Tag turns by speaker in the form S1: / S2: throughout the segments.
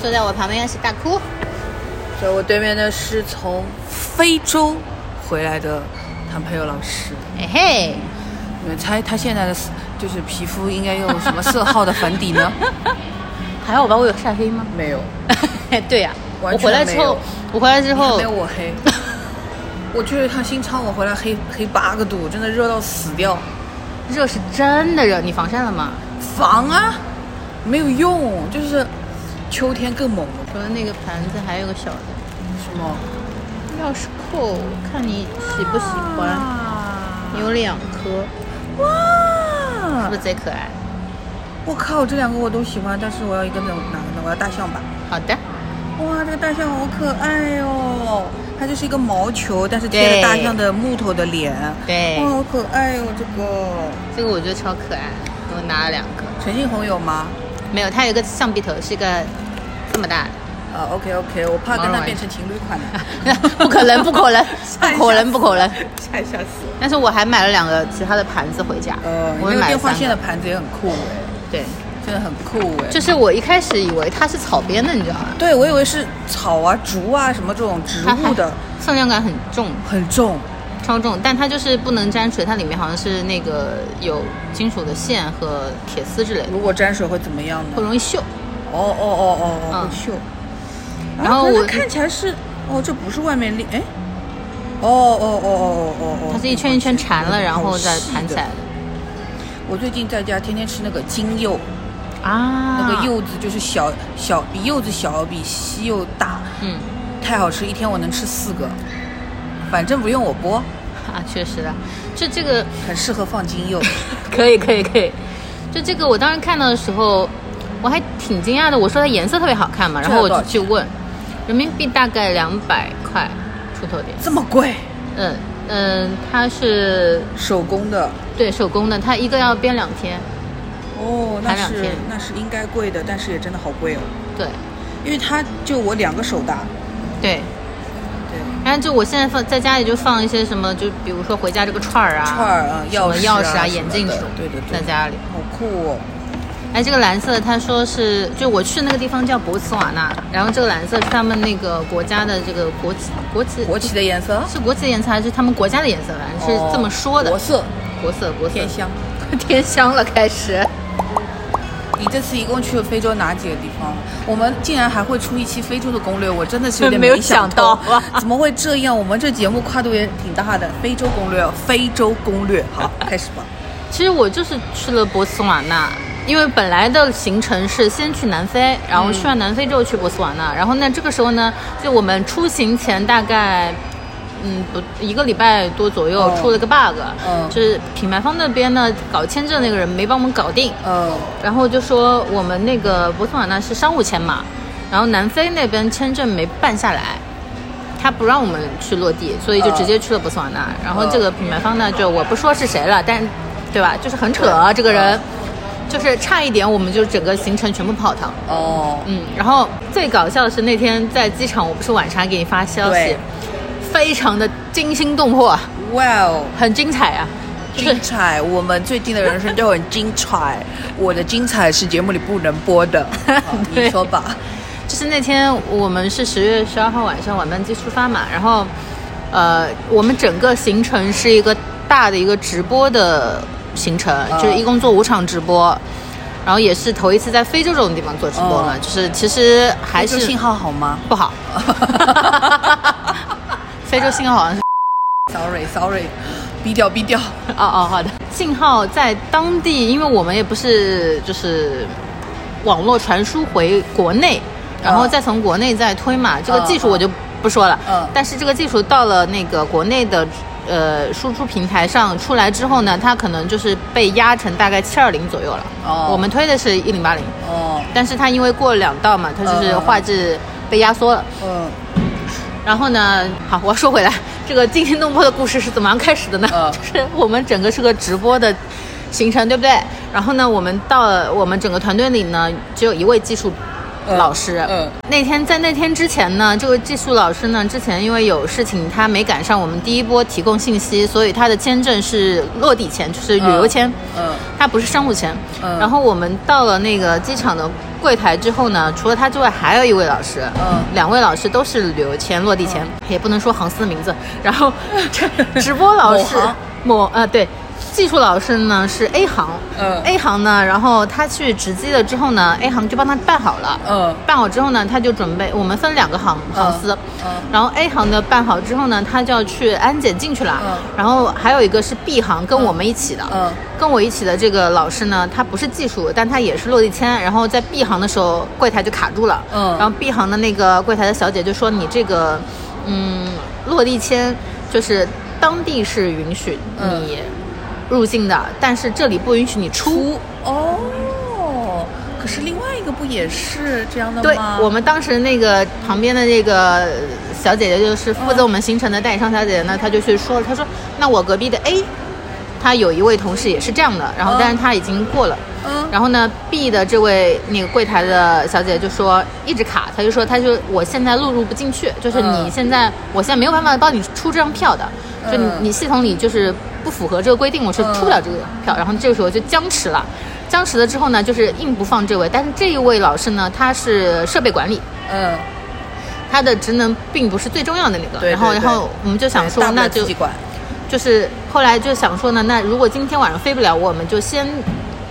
S1: 坐在我旁边的是大哭，
S2: 在我对面的是从非洲回来的谭佩友老师。
S1: 嘿嘿，
S2: 你们猜他现在的就是皮肤应该用什么色号的粉底呢？
S1: 还好吧，我有晒黑吗？
S2: 没有，
S1: 对呀、我
S2: 完全
S1: 回来之
S2: 没
S1: 后
S2: 有，
S1: 我回来之后
S2: 没有我黑。我去了一趟新昌，我回来黑黑八个度，真的热到死掉。
S1: 热是真的热，你防晒了吗？
S2: 防啊，没有用，就是秋天更猛了。
S1: 除了那个盘子，还有个小的
S2: 什么？
S1: 钥匙扣，看你喜不喜欢，
S2: 啊
S1: 有两颗，是
S2: 哇
S1: 不！是贼可爱？
S2: 我靠，这两个我都喜欢，但是我要一个哪哪个呢？我要大象吧。
S1: 好的，
S2: 哇，这个大象好可爱哦！它就是一个毛球，但是贴了大象的木头的脸。
S1: 对
S2: 哇，好可爱哦！这个
S1: 这个我觉得超可爱，我拿了两个，
S2: 陈信宏有吗？
S1: 没有，它有一个橡皮头，是一个这么大的。
S2: 啊，OK OK，我怕跟
S1: 毛
S2: 它
S1: 绒
S2: 变成情侣款了，
S1: 不可能，不 可能，不可能，不可能！
S2: 吓吓死了。
S1: 但是我还买了两个其他的盘子回家，
S2: 呃，
S1: 我
S2: 那
S1: 也
S2: 个
S1: 买
S2: 电
S1: 了
S2: 话
S1: 三
S2: 线
S1: 个。
S2: 的盘子也很酷哎，
S1: 对，
S2: 真的很酷哎。
S1: 就是我一开始以为它是草编的，你知道吗？
S2: 对，我以为是草啊、竹啊什么这种植
S1: 它还
S2: 物的，
S1: 分量感很重，
S2: 很重。
S1: 超重，但它就是不能沾水，它里面好像是那个有金属的线和铁丝之类的，
S2: 如果沾水会怎么样呢
S1: 会？容易锈。
S2: 哦哦哦哦哦，
S1: 嗯
S2: 会锈。啊
S1: 然后
S2: 可是
S1: 我
S2: 它看起来是，哦，这不是外面立，哎，哦哦哦哦哦哦，
S1: 它是一圈一圈缠了，然后再
S2: 好
S1: 盘起
S2: 细
S1: 来的
S2: 的。我最近在家天天吃那个金柚，
S1: 啊
S2: 那个柚子就是小小，比柚子小，比西柚大，
S1: 嗯
S2: 太好吃，一天我能吃四个，反正不用我剥，
S1: 啊，确实的，就这个
S2: 很适合放金 柚。
S1: 可以可以可以，就这个我当时看到的时候，我还挺惊讶的，我说它颜色特别好看嘛，然后我就去问，人民币大概两百块出头点，
S2: 这么贵，
S1: 嗯嗯，它是
S2: 手工的。
S1: 对手工的，它一个要编两天，
S2: 哦，那
S1: 含两
S2: 是
S1: 天
S2: 那是应该贵的，但是也真的好贵哦，
S1: 对
S2: 因为它就我两个手大，
S1: 对。
S2: 对，
S1: 然后就我现在放在家里就放一些什么，就比如说回家这个串儿啊，
S2: 串儿啊
S1: 什么
S2: 钥匙
S1: 钥
S2: 啊
S1: 匙啊、
S2: 什么
S1: 眼镜
S2: 的
S1: 什么
S2: 对对对
S1: 在家里。
S2: 好酷哦，
S1: 哎，这个蓝色他说是，就我去那个地方叫博茨瓦纳，然后这个蓝色是他们那个国家的这个国旗，国旗
S2: 国旗的颜色哦
S1: 是国旗的颜色还是他们国家的颜色？反正是这么说的。
S2: 国色
S1: 国色，国色，
S2: 天香。
S1: 天香了，开始。
S2: 你这次一共去了非洲哪几个地方？我们竟然还会出一期非洲的攻略，我真的 是有点
S1: 没有
S2: 想
S1: 想到
S2: 通
S1: 哇
S2: 怎么会这样？我们这节目跨度也挺大的，非洲攻略，非洲攻略， 好，开始吧。
S1: 其实我就是去了博茨瓦纳，因为本来的行程是先去南非，然后去完南非之后去博茨瓦
S2: 嗯
S1: 纳，然后呢，这个时候呢，就我们出行前大概。嗯，不，一个礼拜多左右
S2: 哦
S1: 出了个 bug，、
S2: 嗯
S1: 就是品牌方那边呢搞签证那个人没帮我们搞定，
S2: 呃，
S1: 然后就说我们那个博茨瓦纳是商务签嘛，然后南非那边签证没办下来，他不让我们去落地，所以就直接去了博茨瓦纳。然后这个品牌方呢，就我不说是谁了，但对吧，就是很扯啊，这个人就是差一点，我们就整个行程全部泡汤。
S2: 哦，
S1: 嗯，然后最搞笑的是那天在机场，我不是晚上还给你发消息
S2: 对，
S1: 非常的惊心动魄，
S2: 哇哦。
S1: 很精彩啊，就是
S2: 精彩，我们最近的人生都很精彩。我的精彩是节目里不能播的，好
S1: 对
S2: 你说吧。
S1: 就是那天我们是十月十二号晚上晚班机出发嘛，然后，呃，我们整个行程是一个大的一个直播的行程，
S2: 嗯
S1: 就是一共做五场直播，然后也是头一次在非洲这种地方做直播嘛，
S2: 嗯
S1: 就是其实还
S2: 这
S1: 是
S2: 信号好吗
S1: 不好， 非洲信号好像是。
S2: ？Sorry Sorry，低调低调。
S1: 哦哦，好的。信号在当地，因为我们也不是就是网络传输回国内，然后再从国内再推嘛。这个技术我就不说了。
S2: 嗯
S1: 但是这个技术到了那个国内的呃输出平台上出来之后呢，它可能就是被压成大概七二零左右了。
S2: 哦
S1: 我们推的是一零八零，
S2: 哦，
S1: 但是它因为过了两道嘛，它就是
S2: 嗯嗯嗯
S1: 画质被压缩了。
S2: 嗯
S1: 然后呢，好，我说回来，这个惊心动魄的故事是怎么样开始的呢？
S2: 嗯
S1: 就是我们整个是个直播的行程，对不对？然后呢，我们到了我们整个团队里呢，只有一位技术
S2: 嗯
S1: 老师。
S2: 嗯
S1: 那天在那天之前呢，这个寄宿老师呢，之前因为有事情，他没赶上我们第一波提供信息，所以他的签证是落地签，就是旅游签，
S2: 嗯
S1: 他不是商务签。
S2: 嗯
S1: 然后我们到了那个机场的柜台之后呢，除了他之外，还有一位老师，
S2: 嗯
S1: 两位老师都是旅游签落地签，也不能说航司的 名字。然后这直播老师
S2: 某航
S1: 某呃对。技术老师呢是 A 行，
S2: 嗯
S1: A 行呢，然后他去直机了之后呢，A 行就帮他办好了，
S2: 嗯
S1: 办好之后呢，他就准备我们分两个行
S2: 嗯
S1: 行司，
S2: 嗯
S1: 然后 A 行的办好之后呢，他就要去安检进去了，
S2: 嗯
S1: 然后还有一个是 B 行跟我们一起的，
S2: 嗯
S1: 跟我一起的这个老师呢，他不是技术，但他也是落地签，然后在 B 行的时候柜台就卡住了，
S2: 嗯
S1: 然后 B 行的那个柜台的小姐就说你这个嗯落地签就是当地是允许
S2: 嗯
S1: 你入境的，但是这里不允许你出
S2: 哦，可是另外一个不也是这样的
S1: 对
S2: 吗？，
S1: 我们当时那个旁边的那个小姐姐，就是负责
S2: 嗯
S1: 我们行程的代理商小姐姐呢，她就去说了，她说那我隔壁的 A，她有一位同事也是这样的，然后
S2: 嗯
S1: 但是她已经过了。
S2: 嗯
S1: 然后呢，B 的这位那个柜台的小姐姐就说一直卡，她就说她就我现在录入不进去，就是
S2: 嗯
S1: 你现在我现在没有办法帮你出这张票的，就你
S2: 嗯
S1: 你系统里就是不符合这个规定，我是出不了这个票。然后这个时候就僵持了，僵持了之后呢，就是硬不放这位，但是这一位老师呢，他是设备管理，
S2: 嗯，
S1: 他的职能并不是最重要的那个。
S2: 对
S1: 然后
S2: 对
S1: 然
S2: 对
S1: 后我们就想
S2: 对
S1: 说
S2: 大，不了
S1: 那就
S2: 自己管。
S1: 就是后来就想说呢，那如果今天晚上飞不了，我们就先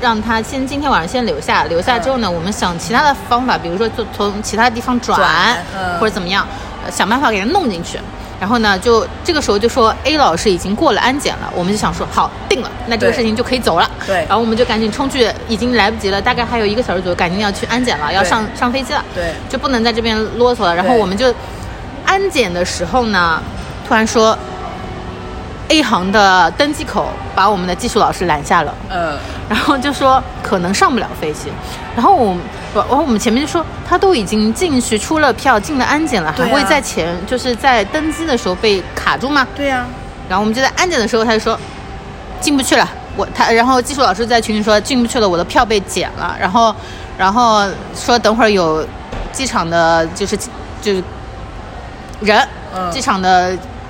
S1: 让他先今天晚上先留下，留下之后呢，我们想其他的方法，比如说就从其他地方转，
S2: 转嗯
S1: 或者怎么样，呃想办法给他弄进去。然后呢，就这个时候就说 A 老师已经过了安检了，我们就想说好定了，那这个
S2: 对
S1: 事情就可以走了。
S2: 对
S1: 然后我们就赶紧冲去，已经来不及了，大概还有一个小时左右，赶紧要去安检了，要
S2: 对
S1: 上上飞机了。
S2: 对
S1: 就不能在这边啰嗦了。然后
S2: 对
S1: 我们就安检的时候呢，突然说 A 行的登机口把我们的技术老师拦下了，
S2: 嗯
S1: 然后就说可能上不了飞机。然后我我然后我们前面就说他都已经进去出了票，进了安检了，还
S2: 对啊
S1: 会在前就是在登机的时候被卡住吗？
S2: 对呀、
S1: 然后我们就在安检的时候，他就说进不去了。我他，然后技术老师在群里说进不去了，我的票被剪了。然后，然后说等会儿有机场的，就是就是人，
S2: 嗯
S1: 机场的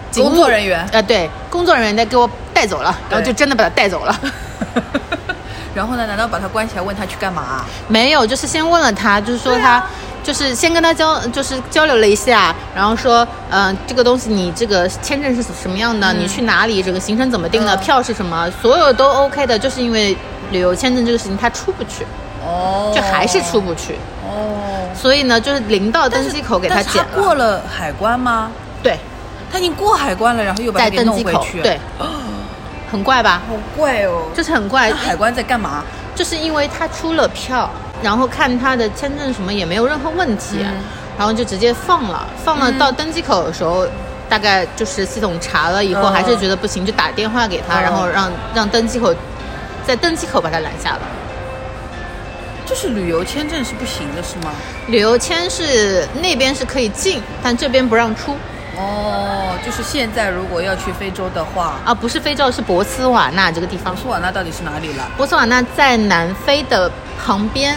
S1: 警务
S2: 工作人员
S1: 呃，对，工作人员在给我带走了，然后就
S2: 对
S1: 真的把他带走了。
S2: 然后呢？难道把他关起来问他去干嘛、
S1: 没有，就是先问了他，就是说他，
S2: 啊
S1: 就是先跟他交，就是交流了一下，然后说，嗯、这个东西你这个签证是什么样的，你去哪里，这个行程怎么定的，
S2: 嗯
S1: 票是什么，所有都 OK 的，就是因为旅游签证这个事情他出不去，
S2: 哦
S1: 就还是出不去，
S2: 哦。
S1: 所以呢，就是临到登机口给
S2: 但是
S1: 检
S2: 他过
S1: 了，
S2: 了海关吗？
S1: 对，
S2: 他已经过海关了，然后又把
S1: 在
S2: 他给
S1: 登
S2: 弄
S1: 机
S2: 回
S1: 口
S2: 去，，
S1: 对，很怪吧？
S2: 好怪哦。
S1: 就是很怪
S2: 那，海关在干嘛？
S1: 就是因为他出了票，然后看他的签证什么也没有任何问题，
S2: 嗯
S1: 然后就直接放了。放了
S2: 嗯
S1: 到登机口的时候，大概就是系统查了以后，
S2: 嗯
S1: 还是觉得不行，就打电话给他，
S2: 嗯
S1: 然后让让登机口在登机口把他拦下了。
S2: 就是旅游签证是不行的，是吗？
S1: 旅游签是那边是可以进，但这边不让出
S2: 哦，就是现在如果要去非洲的话，
S1: 啊，不是非洲，是博斯瓦纳这个地方
S2: 博。斯瓦纳到底是哪里了？
S1: 博斯瓦纳在南非的旁边，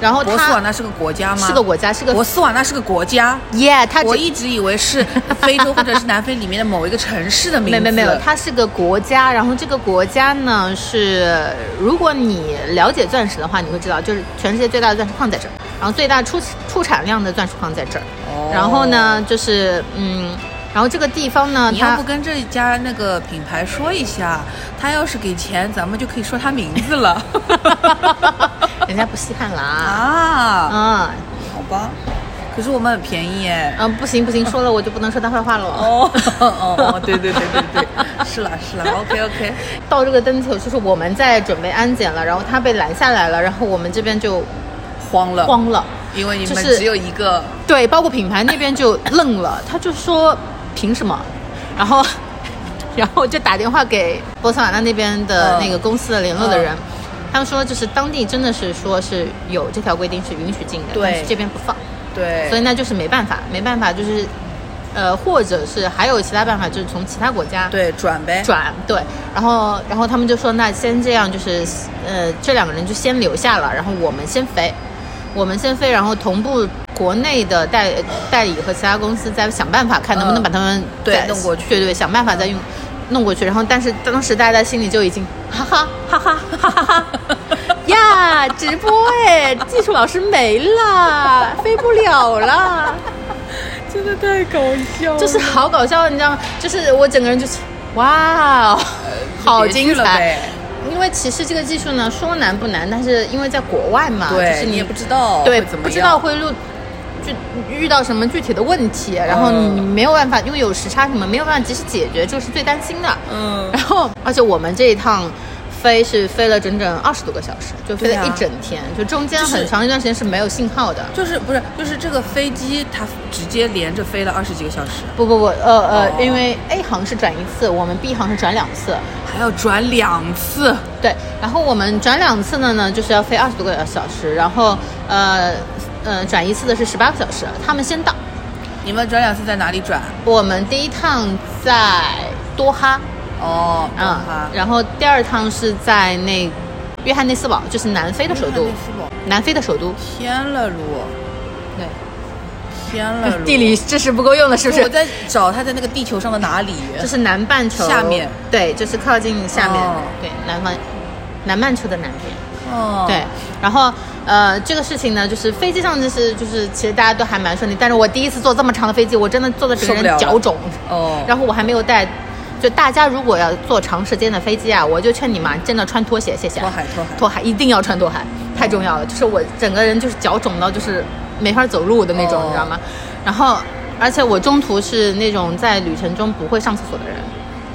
S1: 然后
S2: 博斯瓦
S1: 它
S2: 纳是个国家吗？
S1: 哦是个国家，是个
S2: 博斯瓦纳是个国家。
S1: 耶，它
S2: 我
S1: 只
S2: 一直以为是非洲或者是南非里面的某一个城市的名
S1: 没
S2: 字。
S1: 没没有，它是个国家，然后这个国家呢是，如果你了解钻石的话，你会知道，就是全世界最大的钻石矿在这儿，然后最大出出产量的钻石矿在这儿，
S2: 哦
S1: 然后呢就是嗯，然后这个地方呢，
S2: 你要
S1: 它
S2: 不跟这家那个品牌说一下，他要是给钱，咱们就可以说他名字了。
S1: 人家不稀罕啦，啊、
S2: 啊，
S1: 嗯
S2: 好吧。可是我们很便宜哎。
S1: 嗯，不行不行，说了我就不能说他坏话了。
S2: 哦哦哦，对对对对对，是啦是啦，OK OK，
S1: 到这个登记口就是我们在准备安检了，然后他被拦下来了，然后我们这边就
S2: 慌了，
S1: 慌了。
S2: 因为你们
S1: 就是
S2: 只有一个，
S1: 对，包括品牌那边就愣了，他就说凭什么？然后，然后就打电话给波斯瓦纳那边的
S2: 嗯
S1: 那个公司的联络的
S2: 嗯
S1: 人，他们说就是当地真的是说是有这条规定是允许进的，
S2: 对
S1: 但是这边不放，
S2: 对，
S1: 所以那就是没办法，没办法就是，呃，或者是还有其他办法，就是从其他国家
S2: 对转呗，
S1: 转对，然后然后他们就说那先这样，就是呃这两个人就先留下了，然后我们先飞。我们先飞，然后同步国内的代代理和其他公司再想办法看能不
S2: 嗯
S1: 能把他们
S2: 对
S1: 再
S2: 弄过去嗯
S1: 对对，想办法再用弄过去。然后，但是当时大家在心里 就已经哈哈哈哈哈哈哈呀，直播哎，技术老师没了，飞不了了。
S2: 真的太搞笑了，
S1: 就是好搞笑，你知道吗？就是我整个人就是，哇哦，
S2: 呃
S1: 好精彩！因为其实这个技术呢，说难不难，但是因为在国外嘛，啊就
S2: 对，
S1: 是
S2: 你也不知道
S1: 对
S2: 会怎么
S1: 不知
S2: 样
S1: 道会录。就遇到什么具体的问题，然后
S2: 嗯
S1: 你没有办法，因为有时差什么，没有办法及时解决，这个是最担心的。
S2: 嗯
S1: 然后，而且我们这一趟飞是飞了整整二十多个小时，就飞
S2: 对
S1: 了
S2: 啊
S1: 一整天，就中间
S2: 就是
S1: 很长一段时间是没有信号的。
S2: 就是不是就是这个飞机它直接连着飞了二十几个小时，
S1: 不不不，呃呃
S2: 哦，
S1: 因为 A 航是转一次，我们 B 航是转两次。
S2: 还要转两次，
S1: 对，然后我们转两次的呢，就是要飞二十多个小时，然后呃呃转一次的是十八个小时，他们先到。
S2: 你们转两次在哪里转？
S1: 我们第一趟在多哈，
S2: 哦，
S1: 嗯
S2: 哈，，
S1: 然后第二趟是在那约翰内斯堡，就是南非的首都
S2: 约翰内，斯堡
S1: 南非的首都。
S2: 天了路，
S1: 对，
S2: 天了路，
S1: 地理知识不够用了，是不
S2: 我
S1: 是？
S2: 在找它在那个地球上的哪里？
S1: 就是南半球
S2: 下面，
S1: 对，就是靠近下面，
S2: 哦
S1: 对，南方南半球的南边。
S2: 哦，
S1: 对，然后呃，这个事情呢，就是飞机上就是就是，其实大家都还蛮顺利，但是我第一次坐这么长的飞机，我真的坐的整个
S2: 受不了
S1: 人
S2: 了
S1: 脚肿。
S2: 哦，
S1: 然后我还没有带，就大家如果要坐长时间的飞机啊，我就劝你们真的穿拖鞋，谢谢。
S2: 拖鞋拖鞋
S1: 拖鞋一定要穿拖鞋，太重要了。就是我整个人就是脚肿到就是没法走路的那种，
S2: 哦
S1: 你知道吗？然后而且我中途是那种在旅程中不会上厕所的人，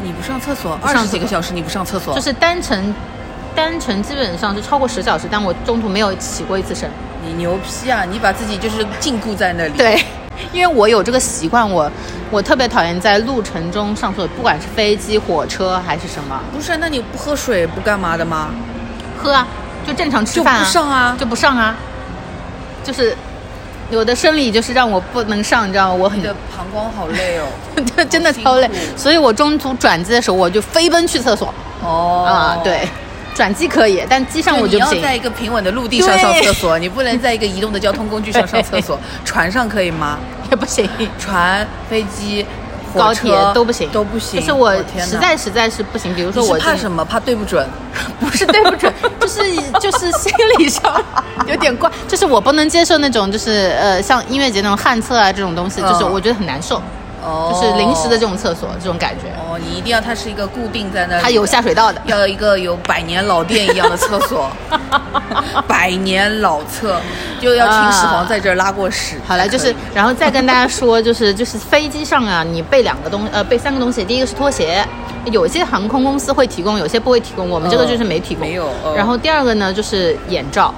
S2: 你不上厕所，
S1: 不
S2: 二
S1: 上
S2: 十
S1: 厕
S2: 几个
S1: 所
S2: 小时你不上厕所，
S1: 就是单程。单程基本上是超过十小时，但我中途没有起过一次身。
S2: 你牛批啊！你把自己就是禁锢在那里。，
S1: 对，因为我有这个习惯，我我特别讨厌在路程中上厕所，不管是飞机、火车还是什么，
S2: 不是，那你不喝水不干嘛的吗？
S1: 喝啊，就正常吃饭
S2: 就
S1: 啊，
S2: 不上啊
S1: 就不上啊，就是我的生理就是让我不能上，你知道吗？我很
S2: 你的膀胱好累哦。
S1: 就真的超累
S2: 好辛，苦
S1: 所以我中途转机的时候我就飞奔去厕所
S2: 哦
S1: 啊、对，转机可以，但机上我
S2: 就你
S1: 就不
S2: 要
S1: 行。
S2: 在一个平稳的陆地上
S1: 对
S2: 上厕所，你不能在一个移动的交通工具上上厕所。 船上可以吗？
S1: 也不行，
S2: 船、飞机、火
S1: 高
S2: 车
S1: 铁都不行，
S2: 都不行。
S1: 就是我
S2: 天哪
S1: 实在实在是不行，比如
S2: 你
S1: 说我
S2: 是怕
S1: 今
S2: 什么？怕对不准？
S1: 不是对不准， 就是就是心理上有点怪，就是我不能接受那种就是呃像音乐节那种旱厕啊这种东西，
S2: 嗯
S1: 就是我觉得很难受，
S2: 哦，
S1: 就是临时的这。种厕所这种感觉，
S2: 哦，你一定要它是一个固定在那里的，
S1: 它有下水道的，
S2: 要一个有百年老店一样的厕 所，百年老厕，就要秦始皇在这儿拉过屎。
S1: 啊好了，就是，然后再跟大家说，就是 就是飞机上啊，你备两个东呃备三个东西，第一个是拖鞋，有些航空公司会提供，有些不会提供，我们这个
S2: 嗯
S1: 就是没提供。
S2: 没有嗯
S1: 然后第二个呢就是眼罩，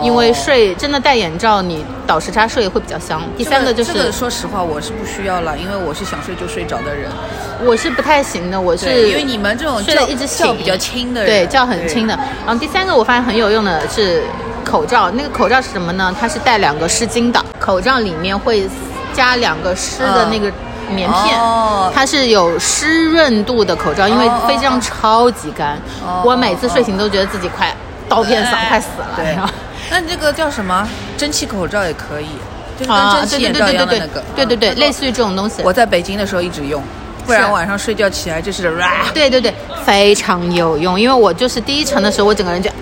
S1: 因为
S2: 哦
S1: 睡真的戴眼罩，你倒时差睡会比较香。第
S2: 第
S1: 三个就
S2: 这个
S1: 是
S2: 说实话我是不需要了，因为我是想睡就睡着的人。
S1: 我是不太行的，我是
S2: 对，因为你们这种
S1: 睡得
S2: 觉
S1: 一直
S2: 觉
S1: 醒，
S2: 比较轻的人，
S1: 对，觉很轻的
S2: 对。。
S1: 然后第三个我发现很有用的是口罩，那个口罩是什么呢？它是带两个湿巾的，口罩里面会加两个湿的
S2: 嗯
S1: 那个棉片，
S2: 哦
S1: 它是有湿润度的口罩，因为
S2: 哦哦
S1: 飞机上超级干，
S2: 哦
S1: 我每次睡醒都觉得自己快刀片嗓，快死了。
S2: 哎对
S1: 然后，
S2: 那这个叫什么？蒸汽口罩也可以，就是跟
S1: 啊，
S2: 蒸
S1: 对
S2: 汽
S1: 对
S2: 眼
S1: 对
S2: 罩一
S1: 对
S2: 样的
S1: 对
S2: 那个。
S1: 对对对，
S2: 嗯那
S1: 类
S2: 个
S1: 似于这种东西。
S2: 我在北京的时候一直用，不
S1: 是啊
S2: 然晚上睡觉起来就是哇。
S1: 对对对，非常有用，因为我就是第一程的时候，我整个人就啊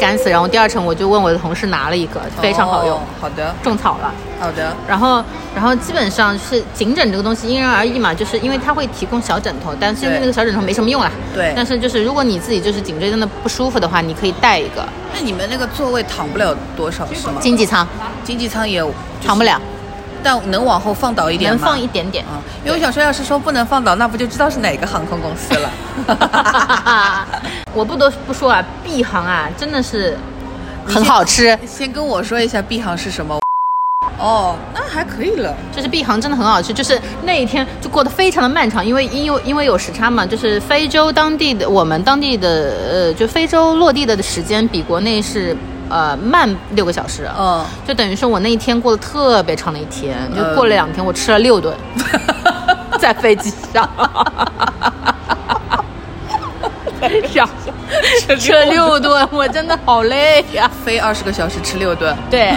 S1: 干死，然后第二程我就问我的同事拿了一个，非常好用，
S2: 哦好的，
S1: 种草了。
S2: 好的。
S1: 然后，然后基本上是颈枕这个东西因人而异嘛，就是因为它会提供小枕头，但是
S2: 对
S1: 那个小枕头没什么用啦。啊
S2: 对
S1: 但是就是如果你自己就是颈椎真的不舒服的话，你可以带一个
S2: 那你们那个座位躺不了多少是吗？
S1: 经济舱，
S2: 经济舱也、就是
S1: 躺不，了，
S2: 但能往后放倒一点
S1: 能
S2: 吗？
S1: 放一 点点。
S2: 啊，因为我想说，要是说不能放倒，那不就知道是哪个航空公司了？
S1: 我不得不说啊，B 行啊，真的是很好吃，
S2: 先跟我说一下 B 航是什么？哦，那还可以了。
S1: 就是 B 航真的很好吃，就是那一天就过得非常的漫长，因为因为因为有时差嘛，就是非洲当地的我们当地的呃，就非洲落地的时间比国内是呃慢六个小时，啊
S2: 嗯，
S1: 就等于说我那一天过得特别长的一天，就
S2: 嗯
S1: 过了两天，我吃了六顿， 在飞机上。然后吃六顿，我真的好累呀、
S2: 飞二十个小时吃六顿，
S1: 对，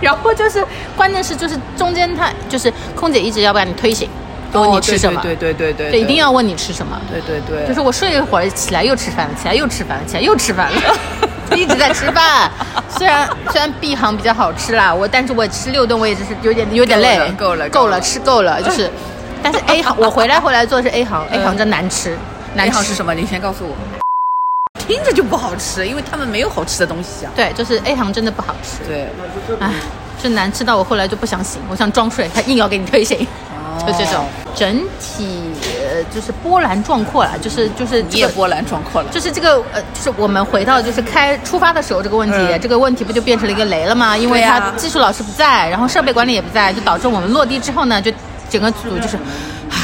S1: 然后就是关键是就是中间他就是空姐一直要把你推醒，问你
S2: 哦
S1: 吃什么，
S2: 对对对对对
S1: 对，一定，要问你吃什么。
S2: 对对对，
S1: 就是我睡一会儿，起来又吃饭了，起来又吃饭了，起来又吃饭了， 一直在吃饭。虽然虽然碧航比较好吃啦，我但是我吃六顿我也只是有点有点累，
S2: 够了够了
S1: 够
S2: 够了
S1: 吃够 了就是。但是 A 行我回来回来做的是 A 行，A 行真难吃，
S2: 南
S1: 难吃
S2: 嗯航是什么？你先告诉我。听着就不好吃，因为他们没有好吃的东西啊。
S1: 对，就是 A 行真的不好吃，
S2: 对，
S1: 唉，就难吃到我后来就不想醒，我想装睡，他硬要给你推醒。
S2: 哦
S1: 就这种，整体呃就是波澜壮阔啦，就是就是
S2: 你
S1: 这
S2: 也
S1: 个
S2: 波澜壮阔了。
S1: 就是这个呃，就是我们回到就是开出发的时候这个问题，
S2: 嗯
S1: 这个问题不就变成了一个雷了吗？因为
S2: 对呀
S1: 他技术老师不在，然后设备管理也不在，就导致我们落地之后呢，就整个组就是 唉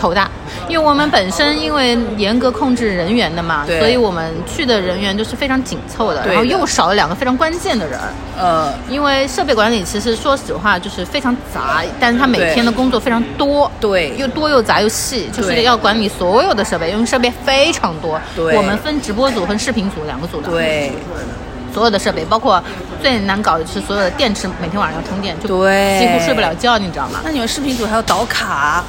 S1: 头大。因为我们本身因为严格控制人员的嘛，
S2: 对
S1: 所以我们去的人员就是非常紧凑的，
S2: 对的
S1: 然后又少了两个非常关键的人。
S2: 呃，
S1: 因为设备管理其实说实话就是非常杂，但是他每
S2: 对
S1: 天的工作非常多，
S2: 对
S1: 又多又杂又细，就是
S2: 对
S1: 要管理所有的设备，因为设备非常多。
S2: 对
S1: 我们分直播组和视频组两个组的，，
S2: 对
S1: 所有的设备，包括最难搞的就是所有的电池，每天晚上要充电，就
S2: 对
S1: 几乎睡不了觉，你知道吗？
S2: 那你们视频组还要导卡，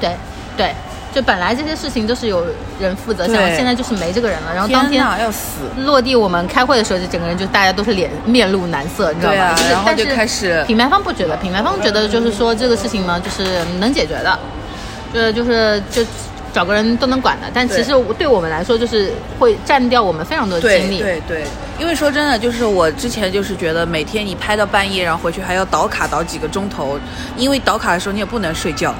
S1: 对，对，就本来这些事情都是有人负责，像
S2: 对
S1: 现在就是没这个人了，然后当天
S2: 呐，要死。
S1: 落地，我们开会的时候，就整个人就大家都是脸面露难色，你知道
S2: 对
S1: 吗？
S2: 啊
S1: 就是
S2: 然后
S1: 但
S2: 就是开始
S1: 品牌方不觉得，品牌方觉得就是说这个事情嘛，就是能解决的，就是就是就找个人都能管的。但其
S2: 对
S1: 实我对我们来说，就是会占掉我们非常多的
S2: 对
S1: 精力。
S2: 对对，因为说真的，就是我之前就是觉得每天你拍到半夜，然后回去还要倒卡倒几个钟头，因为倒卡的时候你也不能睡觉，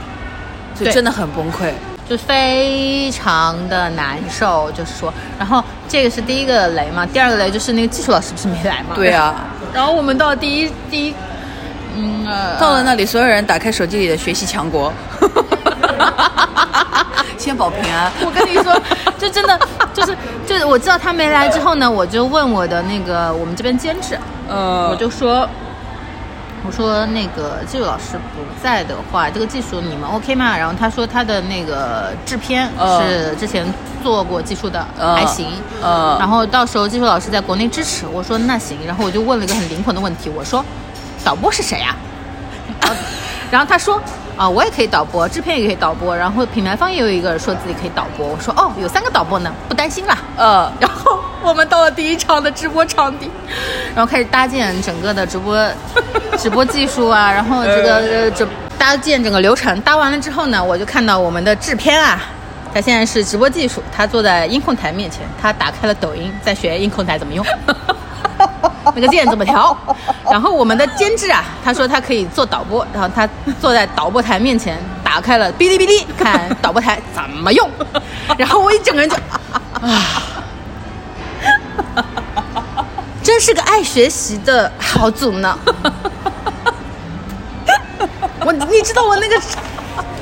S2: 就
S1: 对
S2: 真的很崩溃。
S1: 就非常的难受，就是说，然后这个是第一个雷嘛，第二个雷就是那个技术老师不是没来嘛？
S2: 对。啊，
S1: 然后我们到第一第一，嗯，呃
S2: 到了那里，所有人打开手机里的学习强国， 先保平安。
S1: 我跟你说，就真的就是就是，我知道他没来之后呢，我就问我的那个我们这边监制，
S2: 呃，
S1: 我就说，我说那个技术老师不在的话，这个技术你们 OK 吗？然后他说他的那个制片
S2: 嗯
S1: 是之前做过技术的，
S2: 嗯
S1: 还行。
S2: 嗯
S1: 然后到时候技术老师在国内支持，我说那行。然后我就问了一个很灵魂的问题，我说导播是谁呀、然后 然后他说啊，我也可以导播，制片也可以导播，然后品牌方也有一个人说自己可以导播。我说哦，有三个导播呢，不担心啦。
S2: 呃，
S1: 然后我们到了第一场的直播场地，然后开始搭建整个的直播直播技术啊，然后这个呃这搭建整个流程。搭完了之后呢，我就看到我们的制片啊，他现在是直播技术，他坐在音控台面前，他打开了抖音，在学音控台怎么用。那个键怎么调？然后我们的监制啊，他说他可以做导播，然后他坐在导播台面前，打开了哔哩哔哩，看导播台怎么用。然后我一整个人就，真是个爱学习的好组呢。我你知道我那个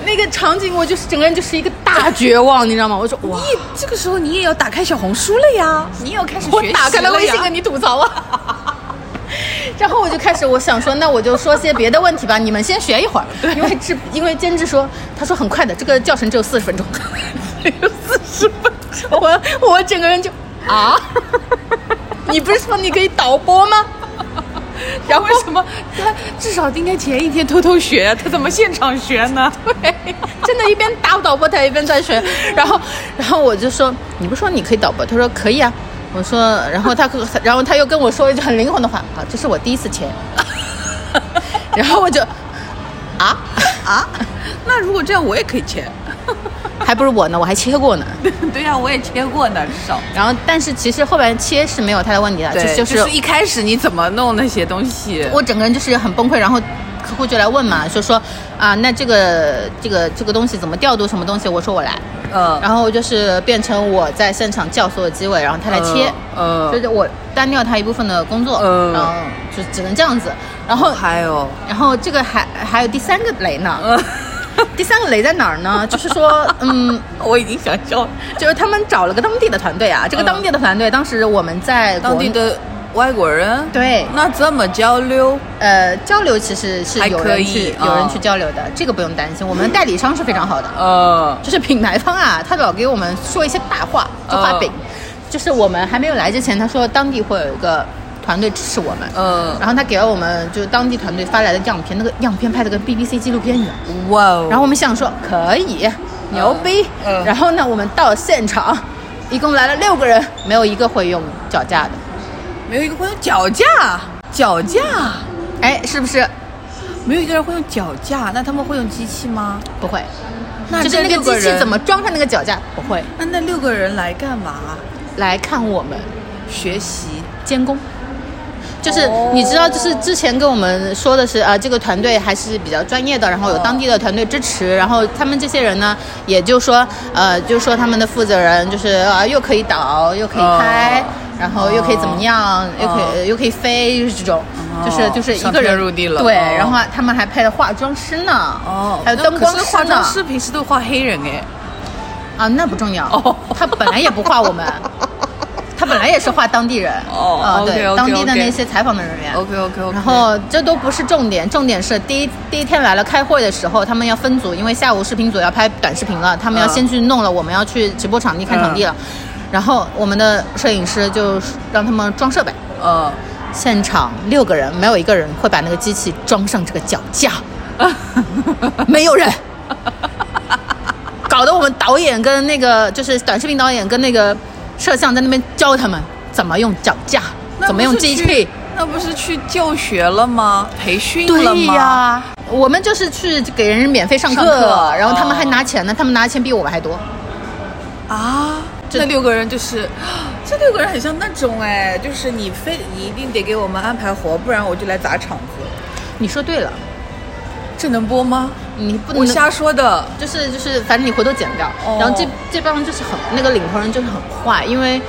S1: 那个场景，我就是整个人就是一个大绝望，你知道吗？我说哇，
S2: 你这个时候你也要打开小红书了呀，你也要开始
S1: 我
S2: 学习
S1: 打开了
S2: 了
S1: 微信
S2: 呀
S1: 跟你吐槽啊。 然后我就开始，我想说，那我就说些别的问题吧，你们先学一 会儿，因为这因为监制说，他说很快的，这个教程只有四 十分钟，只有四十分钟，我我整个人就啊， 你不是说你可以导播吗？然后
S2: 为什么 他至少应该前一天偷偷学，啊他怎么现场学呢？
S1: 对， 真的，一边打导播台一边在学，然后，然后我就说，你不是说你可以导播？他说可以啊。我说，然后他跟，然后他又跟我说一句很灵魂的话，啊，这是我第一次签。 然后我就，啊，
S2: 啊， 那如果这样我也可以切。
S1: 还不如我呢，我还切过呢。
S2: 对呀、我也切过呢，至少。
S1: 然后，但是其实后边切是没有太大问题的，
S2: 对，
S1: 就
S2: 就是一开始你怎么弄那些东西？
S1: 我整个人就是很崩溃，然后客户就来问嘛，就说啊，那这个这个这个东西怎么调度什么东西？我说我来，
S2: 呃，
S1: 然后就是变成我在现场叫所有机位，然后他来切。
S2: 呃，
S1: 所以就我单掉他一部分的工作，
S2: 嗯
S1: 然后就只能这样子。然后，
S2: 哦还有，
S1: 然后这个还还有第三个雷呢，
S2: 呃，
S1: 第三个雷在哪儿 呢？就是说，嗯，
S2: 我已经想笑了。
S1: 就是他们找了个当地的团队啊，这个
S2: 嗯
S1: 当地的团队，当时我们在国
S2: 当地的外国人，
S1: 对
S2: 那这么交流，
S1: 呃，交流其实是
S2: 还
S1: 有
S2: 可
S1: 人
S2: 以
S1: 去有人
S2: 啊
S1: 去交流的，这个不用担心。我们代理商是非常好的，
S2: 呃，
S1: 就是品牌方啊，他老给我们说一些大话，就画饼。
S2: 哦
S1: 就是我们还没有来之前，他说当地会有一个团队支持我们，
S2: 嗯
S1: 然后他给了我们就是当地团队发来的样片，那个样片拍的跟 BBC 纪录片一样。
S2: 哇哦，
S1: 然后我们想说可以，牛逼。
S2: 嗯
S1: 然后呢，我们到了现场，一共来了六个人，没有一个会用脚架的。
S2: 没有一个会用脚架，脚架，
S1: 哎，是不是
S2: 没有一个人会用脚架，那他们会用机器吗？
S1: 不会？
S2: 那
S1: 就是
S2: 这
S1: 那
S2: 六
S1: 个
S2: 个
S1: 机器
S2: 人
S1: 怎么？装上那个脚架？不会。
S2: 那那六个人来干嘛？
S1: 来看我们
S2: 学习
S1: 监工。就是你知道，
S2: 哦
S1: 就是之前跟我们说的是，啊，这个团队还是比较专业的，然后有当地的团队支持，然后他们这些人呢，也就说，呃，就说他们的负责人就是啊，又可以导，又可以拍
S2: 哦，
S1: 然后又可以怎么样，又可以又可以飞，就是这种，就是就是一
S2: 哦上
S1: 个
S2: 天
S1: 人
S2: 入地了
S1: 对，
S2: 哦
S1: 然后他们还配了化妆师呢，还有
S2: 那
S1: 灯光
S2: 可是
S1: 师
S2: 化妆
S1: 呢，
S2: 师平时都画黑人哎，
S1: 啊，那不重要，
S2: 哦
S1: 他本来也不 画我们，他本来也是画当地人，
S2: 哦
S1: 啊对
S2: OK，OK，OK
S1: 当地的那些采访的人员
S2: OK，OK，OK
S1: 然后这都不是重点，重点是第一第一天来了开会的时候，他们要分组，因为下午视频组要拍短视频了，他们要
S2: 嗯
S1: 先去弄了，我们要去直播场地看场地了，然后我们的摄影师就让他们装设备，
S2: 呃，
S1: 现场六个人没有一个人会把那个机器装上这个脚 架，没有人，搞得我们导演跟那个就是短视频导演跟那个摄像在那边教他们怎么用脚架，
S2: 那
S1: 怎么用
S2: 不是
S1: 机器
S2: 去。那不是去教学了吗？培训了
S1: 对
S2: 吗？
S1: 呀、我们就是去给人免费上课，
S2: 上课
S1: 然后他们还
S2: 哦
S1: 拿钱呢，他们拿的钱比我们还多。
S2: 啊，
S1: 这
S2: 那六个人就是，这六个人很像那种哎，就是你非你一定得给我们安排活，不然我就来砸场子。
S1: 你说对了，
S2: 这能播吗？
S1: 你不能
S2: 我瞎说的。
S1: 就是就是，反正你回头剪掉。
S2: 哦
S1: 然后这这帮就是很那个领头人就是很坏，因为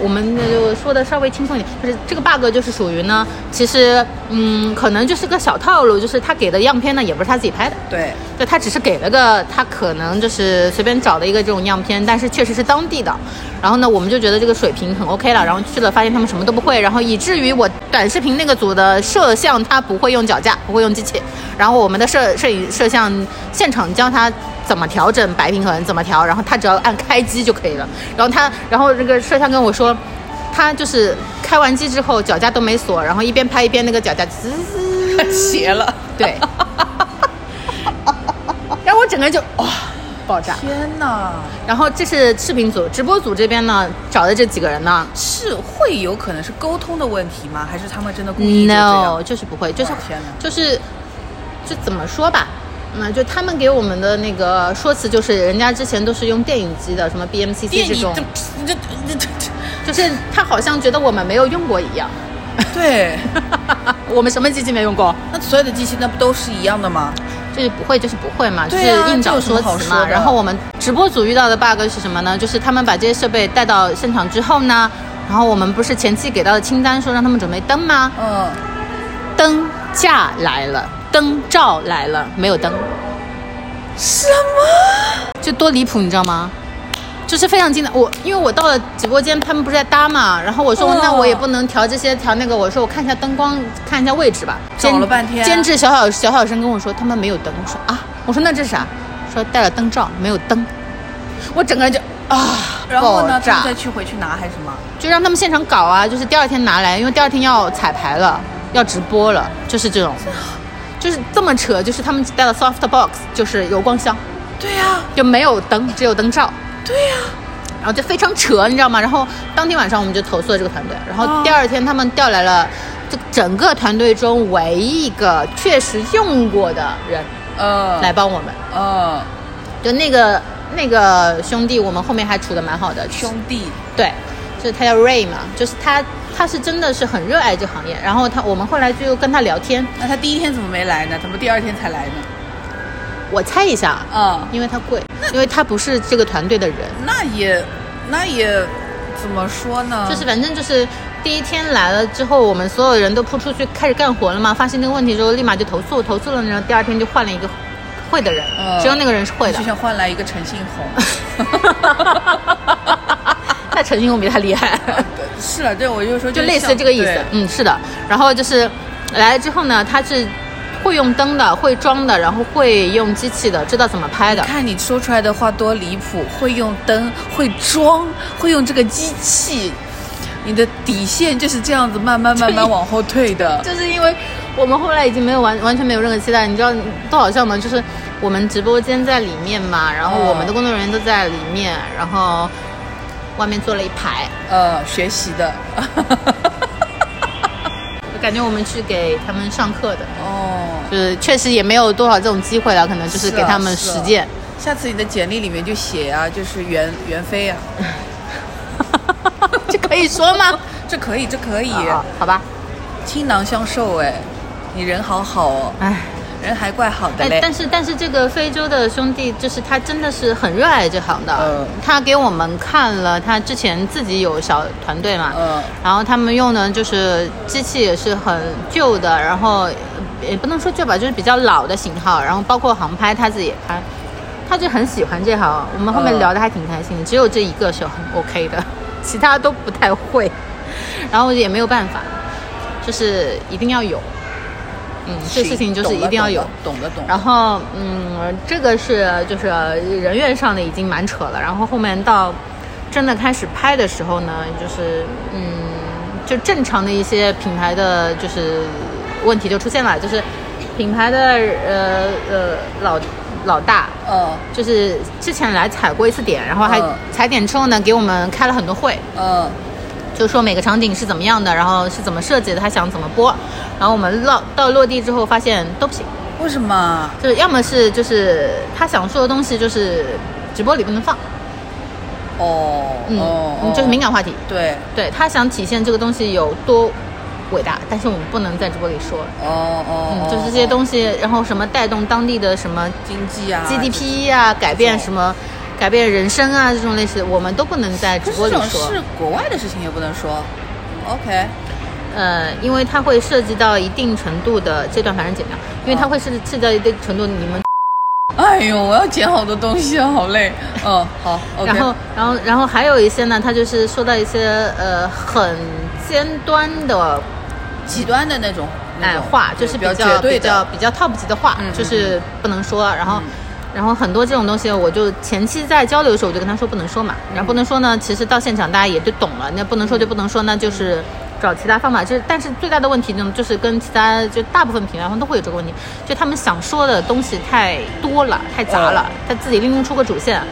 S1: 我们那就说的稍微轻松一点，就是这个 bug 就是属于呢，其实嗯，可能就是个小套路，就是他给的样片呢也不是他自己拍的。
S2: 对，
S1: 就他只是给了个他可能就是随便找的一个这种样片，但是确实是当地的。然后呢，我们就觉得这个水平很 OK 了，然后去了发现他们什么都不会，然后以至于我短视频那个组的摄像他不会用脚架，不会用机器，然后我们的摄摄影摄像现场教他怎么调整白平衡，怎么调，然后他只要按开机就可以了。然后他，然后那个摄像跟我说。他就是开完机之后脚架都没锁，然后一边拍一边那个脚架滋滋
S2: 邪了。
S1: 对， 然后我整个人就哇、爆炸。
S2: 天哪，
S1: 然后这是视频组，直播组这边呢找的这几个人呢
S2: 是会有可能是沟通的问题吗？还是他们真的故意就这
S1: ，no，
S2: 样？
S1: 就是不会，就是
S2: 哇天哪
S1: 就是就怎么说吧。那就他们给我们的那个说辞，就是人家之前都是用电影机的，什么 BMCC 这种，
S2: 这这这这，
S1: 就是他好像觉得我们没有用过一样。
S2: 对，
S1: 我们什么机器没用过？
S2: 那所有的机器那不都是一样的吗？
S1: 就是不会就是不会嘛，就是
S2: 对啊
S1: 硬找
S2: 这有什
S1: 说
S2: 么好
S1: 辞
S2: 说
S1: 嘛。
S2: 的
S1: 然后我们直播组遇到的 bug 是什么呢？就是他们把这些设备带到现场之后呢，然后我们不是前期给到的清单说让他们准备灯吗？
S2: 嗯，
S1: 灯架来了，灯罩来了，没有灯，
S2: 什么？
S1: 就多离谱，你知道吗？就是非常近的我，因为我到了直播间，他们不是在搭嘛，然后我说、
S2: 哦
S1: 那我也不能调这些调那个，我说我看一下灯光，看一下位置吧。
S2: 找
S1: 监
S2: 了半天
S1: 监制小小 小小声跟我说他们没有灯，我说啊，我说那这是啥？说带了灯罩，没有灯，我整个人就啊，
S2: 然后呢？
S1: 爆
S2: 他
S1: 炸
S2: 们再去回去拿还是什么？
S1: 就让他们现场搞啊，就是第二天拿来，因为第二天要彩排了，要直播了，就是这种，就是这么扯，就是他们带了 soft box，就是柔光箱，
S2: 对呀、
S1: 就没有灯，只有灯罩。
S2: 对呀、
S1: 然后就非常扯，你知道吗？然后当天晚上我们就投诉了这个团队，然后
S2: 哦
S1: 第二天他们调来了这整个团队中唯一一个确实用过的人
S2: 呃，
S1: 来，帮我们，
S2: 呃，
S1: 就那个那个兄弟，我们后面还处的蛮好的，
S2: 兄弟，
S1: 对，就是他叫 Ray 嘛，就是他他是真的是很热爱这行业，然后他我们后来就跟他聊天，
S2: 那他第一天怎么没来呢？怎么第二天才来呢？
S1: 我猜一下，
S2: 啊、
S1: 因为他贵，因为他不是这个团队的人，
S2: 那也，那也，怎么说呢？
S1: 就是反正就是第一天来了之后，我们所有人都扑出去开始干活了嘛。发现这个问题之后，立马就投诉，投诉了呢，第二天就换了一个会的人，
S2: 嗯
S1: 只有那个人是会的
S2: 就。 想换来一个陈信宏，
S1: 那陈信宏比他厉害，
S2: 是了，对我就说
S1: 就类似这个意思。嗯，是的。然后就是来了之后呢，他是会用灯的，会装的，然后会用机器的，知道怎么拍的。
S2: 看你说出来的话多离谱，会用灯，会装，会用这个机器，你的底线就是这样子慢慢慢慢往后退的。
S1: 就是因为我们后来已经没有完完全没有任何期待，你知道多好笑吗？就是我们直播间在里面嘛，然后我们的工作人员都在里面，然后外面坐了一排，
S2: 呃，学习 的。
S1: 就感觉我们去给他们上课的，
S2: 哦，
S1: 就是确实也没有多少这种机会了，可能就是
S2: 是
S1: 给
S2: 啊
S1: 他们
S2: 是啊
S1: 实践。
S2: 下次你的简历里面就写啊，就是袁袁飞啊，
S1: 这 可以说吗？
S2: 这可以，这可以，
S1: 啊好吧，
S2: 倾囊相授哎，你人好好哦，
S1: 哎。
S2: 人还怪好的
S1: 哎
S2: 嘞，
S1: 但是但是这个非洲的兄弟，就是他真的是很热爱这行的。
S2: 嗯
S1: 他给我们看了他之前自己有小团队嘛，
S2: 嗯
S1: 然后他们用的就是机器也是很旧的，然后呃也不能说旧吧，就是比较老的型号，然后包括航拍他自己也拍，他就很喜欢这行。我们后面
S2: 嗯
S1: 聊的还挺开心的，只有这一个是很 OK 的，其他都不太会， 然后也没有办法，就是一定要有。嗯，这事情就是一定要有。
S2: 懂的懂的。
S1: 然后，嗯，这个是就是人员上的已经蛮扯了。然后后面到真的开始拍的时候呢，就是嗯，就正常的一些品牌的就是问题就出现了，就是品牌的呃呃老老大。
S2: 嗯
S1: 就是之前来踩过一次点，然后还
S2: 嗯
S1: 踩点之后呢，给我们开了很多会，
S2: 嗯
S1: 就说每个场景是怎么样的，然后是怎么设计的，他想怎么播，然后我们落到落地之后发现都不行，
S2: 为什么？
S1: 就是要么是就是他想说的东西，就是直播里不能放，
S2: 哦，
S1: 嗯，
S2: 哦
S1: 嗯就是敏。感话题。
S2: 对，
S1: 对他想体现这个东西有多伟大，但是我们不能在直播里说。
S2: 哦哦，
S1: 嗯，
S2: 哦
S1: 就是这些东西，然后什么带动当地的什么
S2: 经济啊
S1: GDP 啊，改变
S2: 这种
S1: 什么，改变人生啊，这种类似的，我们都不能在直
S2: 可是
S1: 播
S2: 这
S1: 里
S2: 种
S1: 说。
S2: 是国外的事情也不能说。OK，
S1: 呃，因为它会涉及到一定程度的这段，反正剪掉，因为
S2: 嗯
S1: 它会涉涉及到一定程度，你们
S2: 哎呦，我要剪好多东西啊，好累。嗯，好，OK。
S1: 然后，然后，然后还有一些呢，他就是说到一些呃很尖端的
S2: 极端的那种，那
S1: 哎
S2: 种
S1: 话，就是
S2: 比
S1: 比较
S2: 绝对
S1: 比较
S2: 的。
S1: 比较 top 级的话，
S2: 嗯
S1: 就是不能说。然后
S2: 嗯，
S1: 然后很多这种东西，我就前期在交流的时候，我就跟他说不能说嘛。然后
S2: 嗯
S1: 不能说呢，其实到现场大家也就懂了。那不能说就不能说，那
S2: 嗯
S1: 就是。找其他方法，就是但是最大的问题呢，就是跟其他就大部分品牌方都会有这个问题，就他们想说的东西太多了，太杂
S2: 哦
S1: 了，他自己拎不出个主线，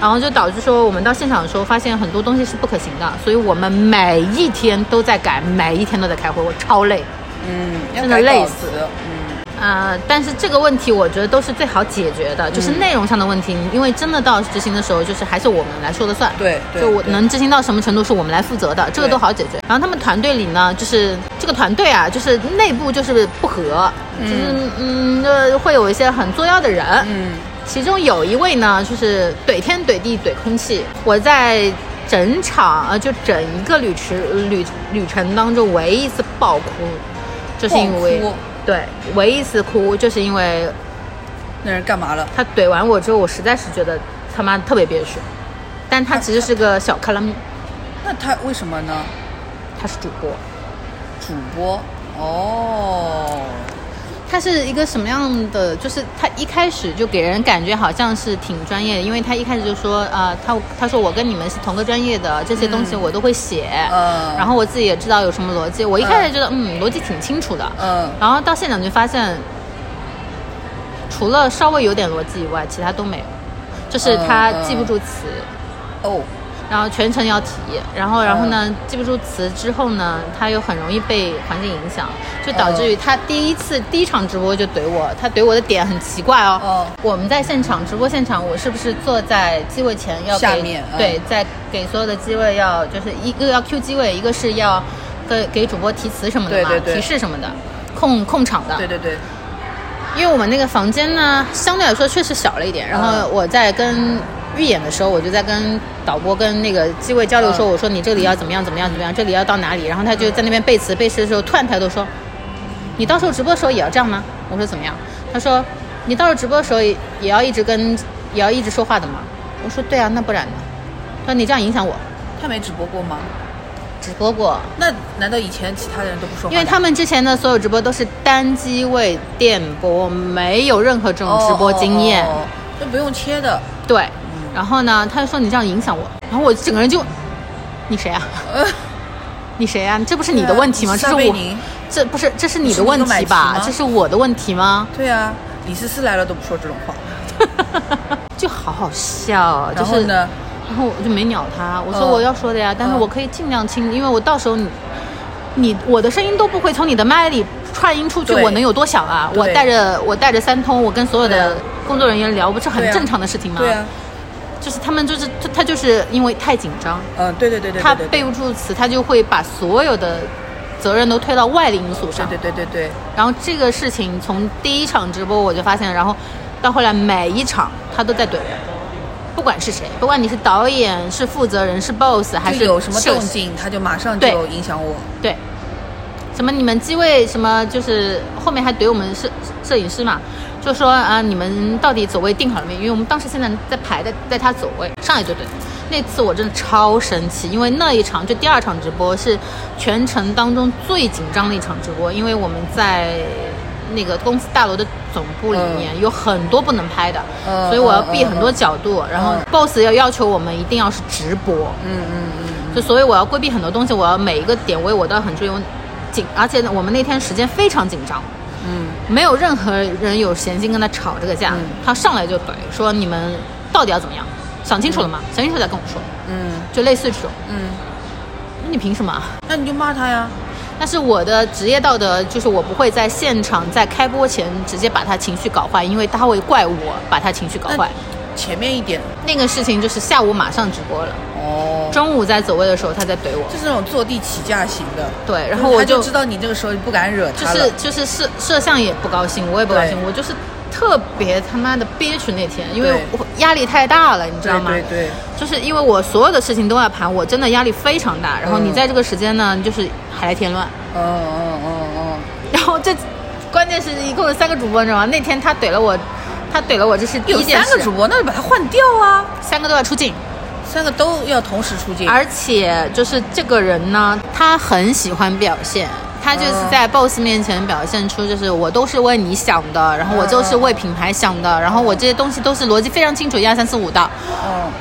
S1: 然后就导致说我们到现场的时候发现很多东西是不可行的，所以我们每一天都在改，每一天都在开会，我超累。
S2: 嗯，要
S1: 真的
S2: 改
S1: 累
S2: 稿
S1: 死
S2: 子。嗯，
S1: 呃，但是这个问题我觉得都是最好解决的，
S2: 嗯
S1: 就是内容上的问题，因为真的到执行的时候，就是还是我们来说了算。
S2: 对对
S1: 就我
S2: 对
S1: 能执行到什么程度是我们来负责的，这个
S2: 对
S1: 都好解决。然后他们团队里呢，就是这个团队啊，就是内部就是不和，就是嗯，呃会有一些很作妖的人。
S2: 嗯，
S1: 其中有一位呢，就是怼天怼地怼空气。我在整场呃，就整一个旅程旅旅程当中，唯一一次爆哭，就是因为
S2: 爆哭
S1: 对，唯一一次哭，就是因为
S2: 那人干嘛了？
S1: 他怼完我之后，我实在是觉得他妈特别憋屈。但他其实是个小卡拉米，
S2: 那他为什么呢？
S1: 他是主播，
S2: 主播。哦，
S1: 他是一个什么样的？就是他一开始就给人感觉好像是挺专业的，因为他一开始就说啊、呃他他说我跟你们是同个专业的，这些东西我都会写，
S2: 嗯
S1: 然后我自己也知道有什么逻辑，我一开始觉得嗯逻辑挺清楚的，
S2: 嗯，
S1: 然后到现场就发现，除了稍微有点逻辑以外，其他都没有，就是他
S2: 嗯嗯
S1: 记不住词，
S2: 哦，
S1: 然后全程要提，然后然后呢、
S2: 嗯
S1: 记不住词之后呢，他又很容易被环境影响，就导致于他第一
S2: 嗯
S1: 次、第一场直播就怼我，他怼我的点很奇怪哦。
S2: 哦
S1: 我们在现场直播现场，我是不是坐在机位前要给
S2: 下面嗯
S1: 对，在给所有的机位要就是一个要 Q 机位，一个是要给给主播提词什么的嘛，
S2: 对对对
S1: 提示什么的，控控场的。
S2: 对对对，
S1: 因为我们那个房间呢，相对来说确实小了一点。然
S2: 嗯
S1: 后我在跟预演的时候，我就在跟导播跟那个机位交流说，
S2: 嗯
S1: 我说你这里要怎么样怎么样怎么样，这里要到哪里。然后他就在那边背词，背词的时候突然抬头说：“你到时候直播的时候也要这样吗？”我说：“怎么样？”他说：“你到时候直播的时候也也要一直跟也要一直啊说话的吗？”我说：“对啊，那不然呢？”他说：“你这样影响我。”
S2: 他没直播过吗？
S1: 直播过，
S2: 那难道以前其他人都不说话的？
S1: 因为他们之前的所有直播都是单机位电播，没有任何这种直播经验。
S2: 哦哦哦就不用切的，
S1: 对，然后呢，他就说你这样影响我，然后我整个人就，你 谁啊？
S2: 呃，
S1: 你谁啊？这不是你的问题吗？这是
S2: 撒贝
S1: 我，
S2: 宁
S1: 这不是这是你
S2: 是
S1: 的
S2: 那
S1: 问
S2: 个买
S1: 题
S2: 齐
S1: 吧
S2: 吗？
S1: 这是我的问题吗？
S2: 对啊，李思思来了都不说这种话，
S1: 就好好笑，啊就
S2: 然后
S1: 是，
S2: 呢，
S1: 然后我就没鸟他，我说
S2: 嗯
S1: 我要说的呀，但是
S2: 嗯
S1: 我可以尽量轻，因为我到时候你。你我的声音都不会从你的麦里串音出去，
S2: 对
S1: 我能有多响啊？我
S2: 对
S1: 带着我带着三通，我跟所有的
S2: 对啊
S1: 工作人员聊，不是很
S2: 对啊
S1: 正常的事情吗？
S2: 对啊，
S1: 就是他们就是他他就是因为太紧张，
S2: 嗯，对对对对，
S1: 他
S2: 对对
S1: 背不住词，他就会把所有的责任都推到外力因素上。
S2: 对对对对对，
S1: 然后这个事情从第一场直播我就发现，然后到后来每一场他都在怼人，不管是谁，不管你是导演、是负责人、是 boss 还是
S2: 就有什么
S1: 设
S2: 动
S1: 计
S2: 静，他就马上
S1: 对
S2: 就影响我，
S1: 对，什么你们机位什么，就是后面还怼我们摄摄影师嘛，就说啊，你们到底走位定好了没？因为我们当时现在在排在在他走位，上来就怼。那次我真的超生气，因为那一场就第二场直播是全程当中最紧张的一场直播，因为我们在那个公司大楼的总部里面有很多不能拍的，
S2: 嗯
S1: 所以我要避
S2: 嗯嗯
S1: 很多角度。然后
S2: 嗯
S1: boss 要要求我们一定要是直播，
S2: 嗯嗯嗯，
S1: 就所以我要规避很多东西，我要每一个点位我都要很注意。我紧，而且我们那天时间非常紧张，
S2: 嗯，
S1: 没有任何人有闲心跟他吵这个架。
S2: 嗯
S1: 他上来就怼说你们到底要怎么样？想清楚了吗？想清楚再跟我说，
S2: 嗯
S1: 就类似这种。
S2: 嗯，
S1: 那你凭什么啊？
S2: 那你就骂他呀，
S1: 但是我的职业道德就是我不会在现场在开播前直接把他情绪搞坏，因为他会怪我把他情绪搞坏。
S2: 前面一点
S1: 那个事情就是下午马上直播了，
S2: 哦，
S1: 中午在走位的时候他在怼我。
S2: 就是那种坐地起价型的，
S1: 对，然后我
S2: 他就
S1: 就
S2: 知道你这个时候你不敢惹
S1: 就
S2: 他了
S1: 是就是摄摄像也不高兴，我也不高兴，
S2: 对
S1: 我就是特别他妈的憋屈那天，因为
S2: 对
S1: 我压力太大了，你知道吗？
S2: 对对
S1: 就是因为我所有的事情都要盘，我真的压力非常大。然后
S2: 嗯
S1: 你在这个时间呢，就是海来添乱。
S2: 对，嗯嗯嗯
S1: 然后这关键是一共有三个主播，你知道吗？那天他怼了我，他怼了我，这是
S2: 嗯，
S1: 第
S2: 有
S1: 一件
S2: 三
S1: 事，
S2: 个主播，那就把他换掉啊，
S1: 三个都要出镜。
S2: 三个都要同时出镜，
S1: 而且就是这个人呢，他很喜欢表现，他就是在 boss 面前表现出就是我都是为你想的，然后我就是为品牌想的，然后我这些东西都是逻辑非常清楚，一二三四五的，
S2: 嗯，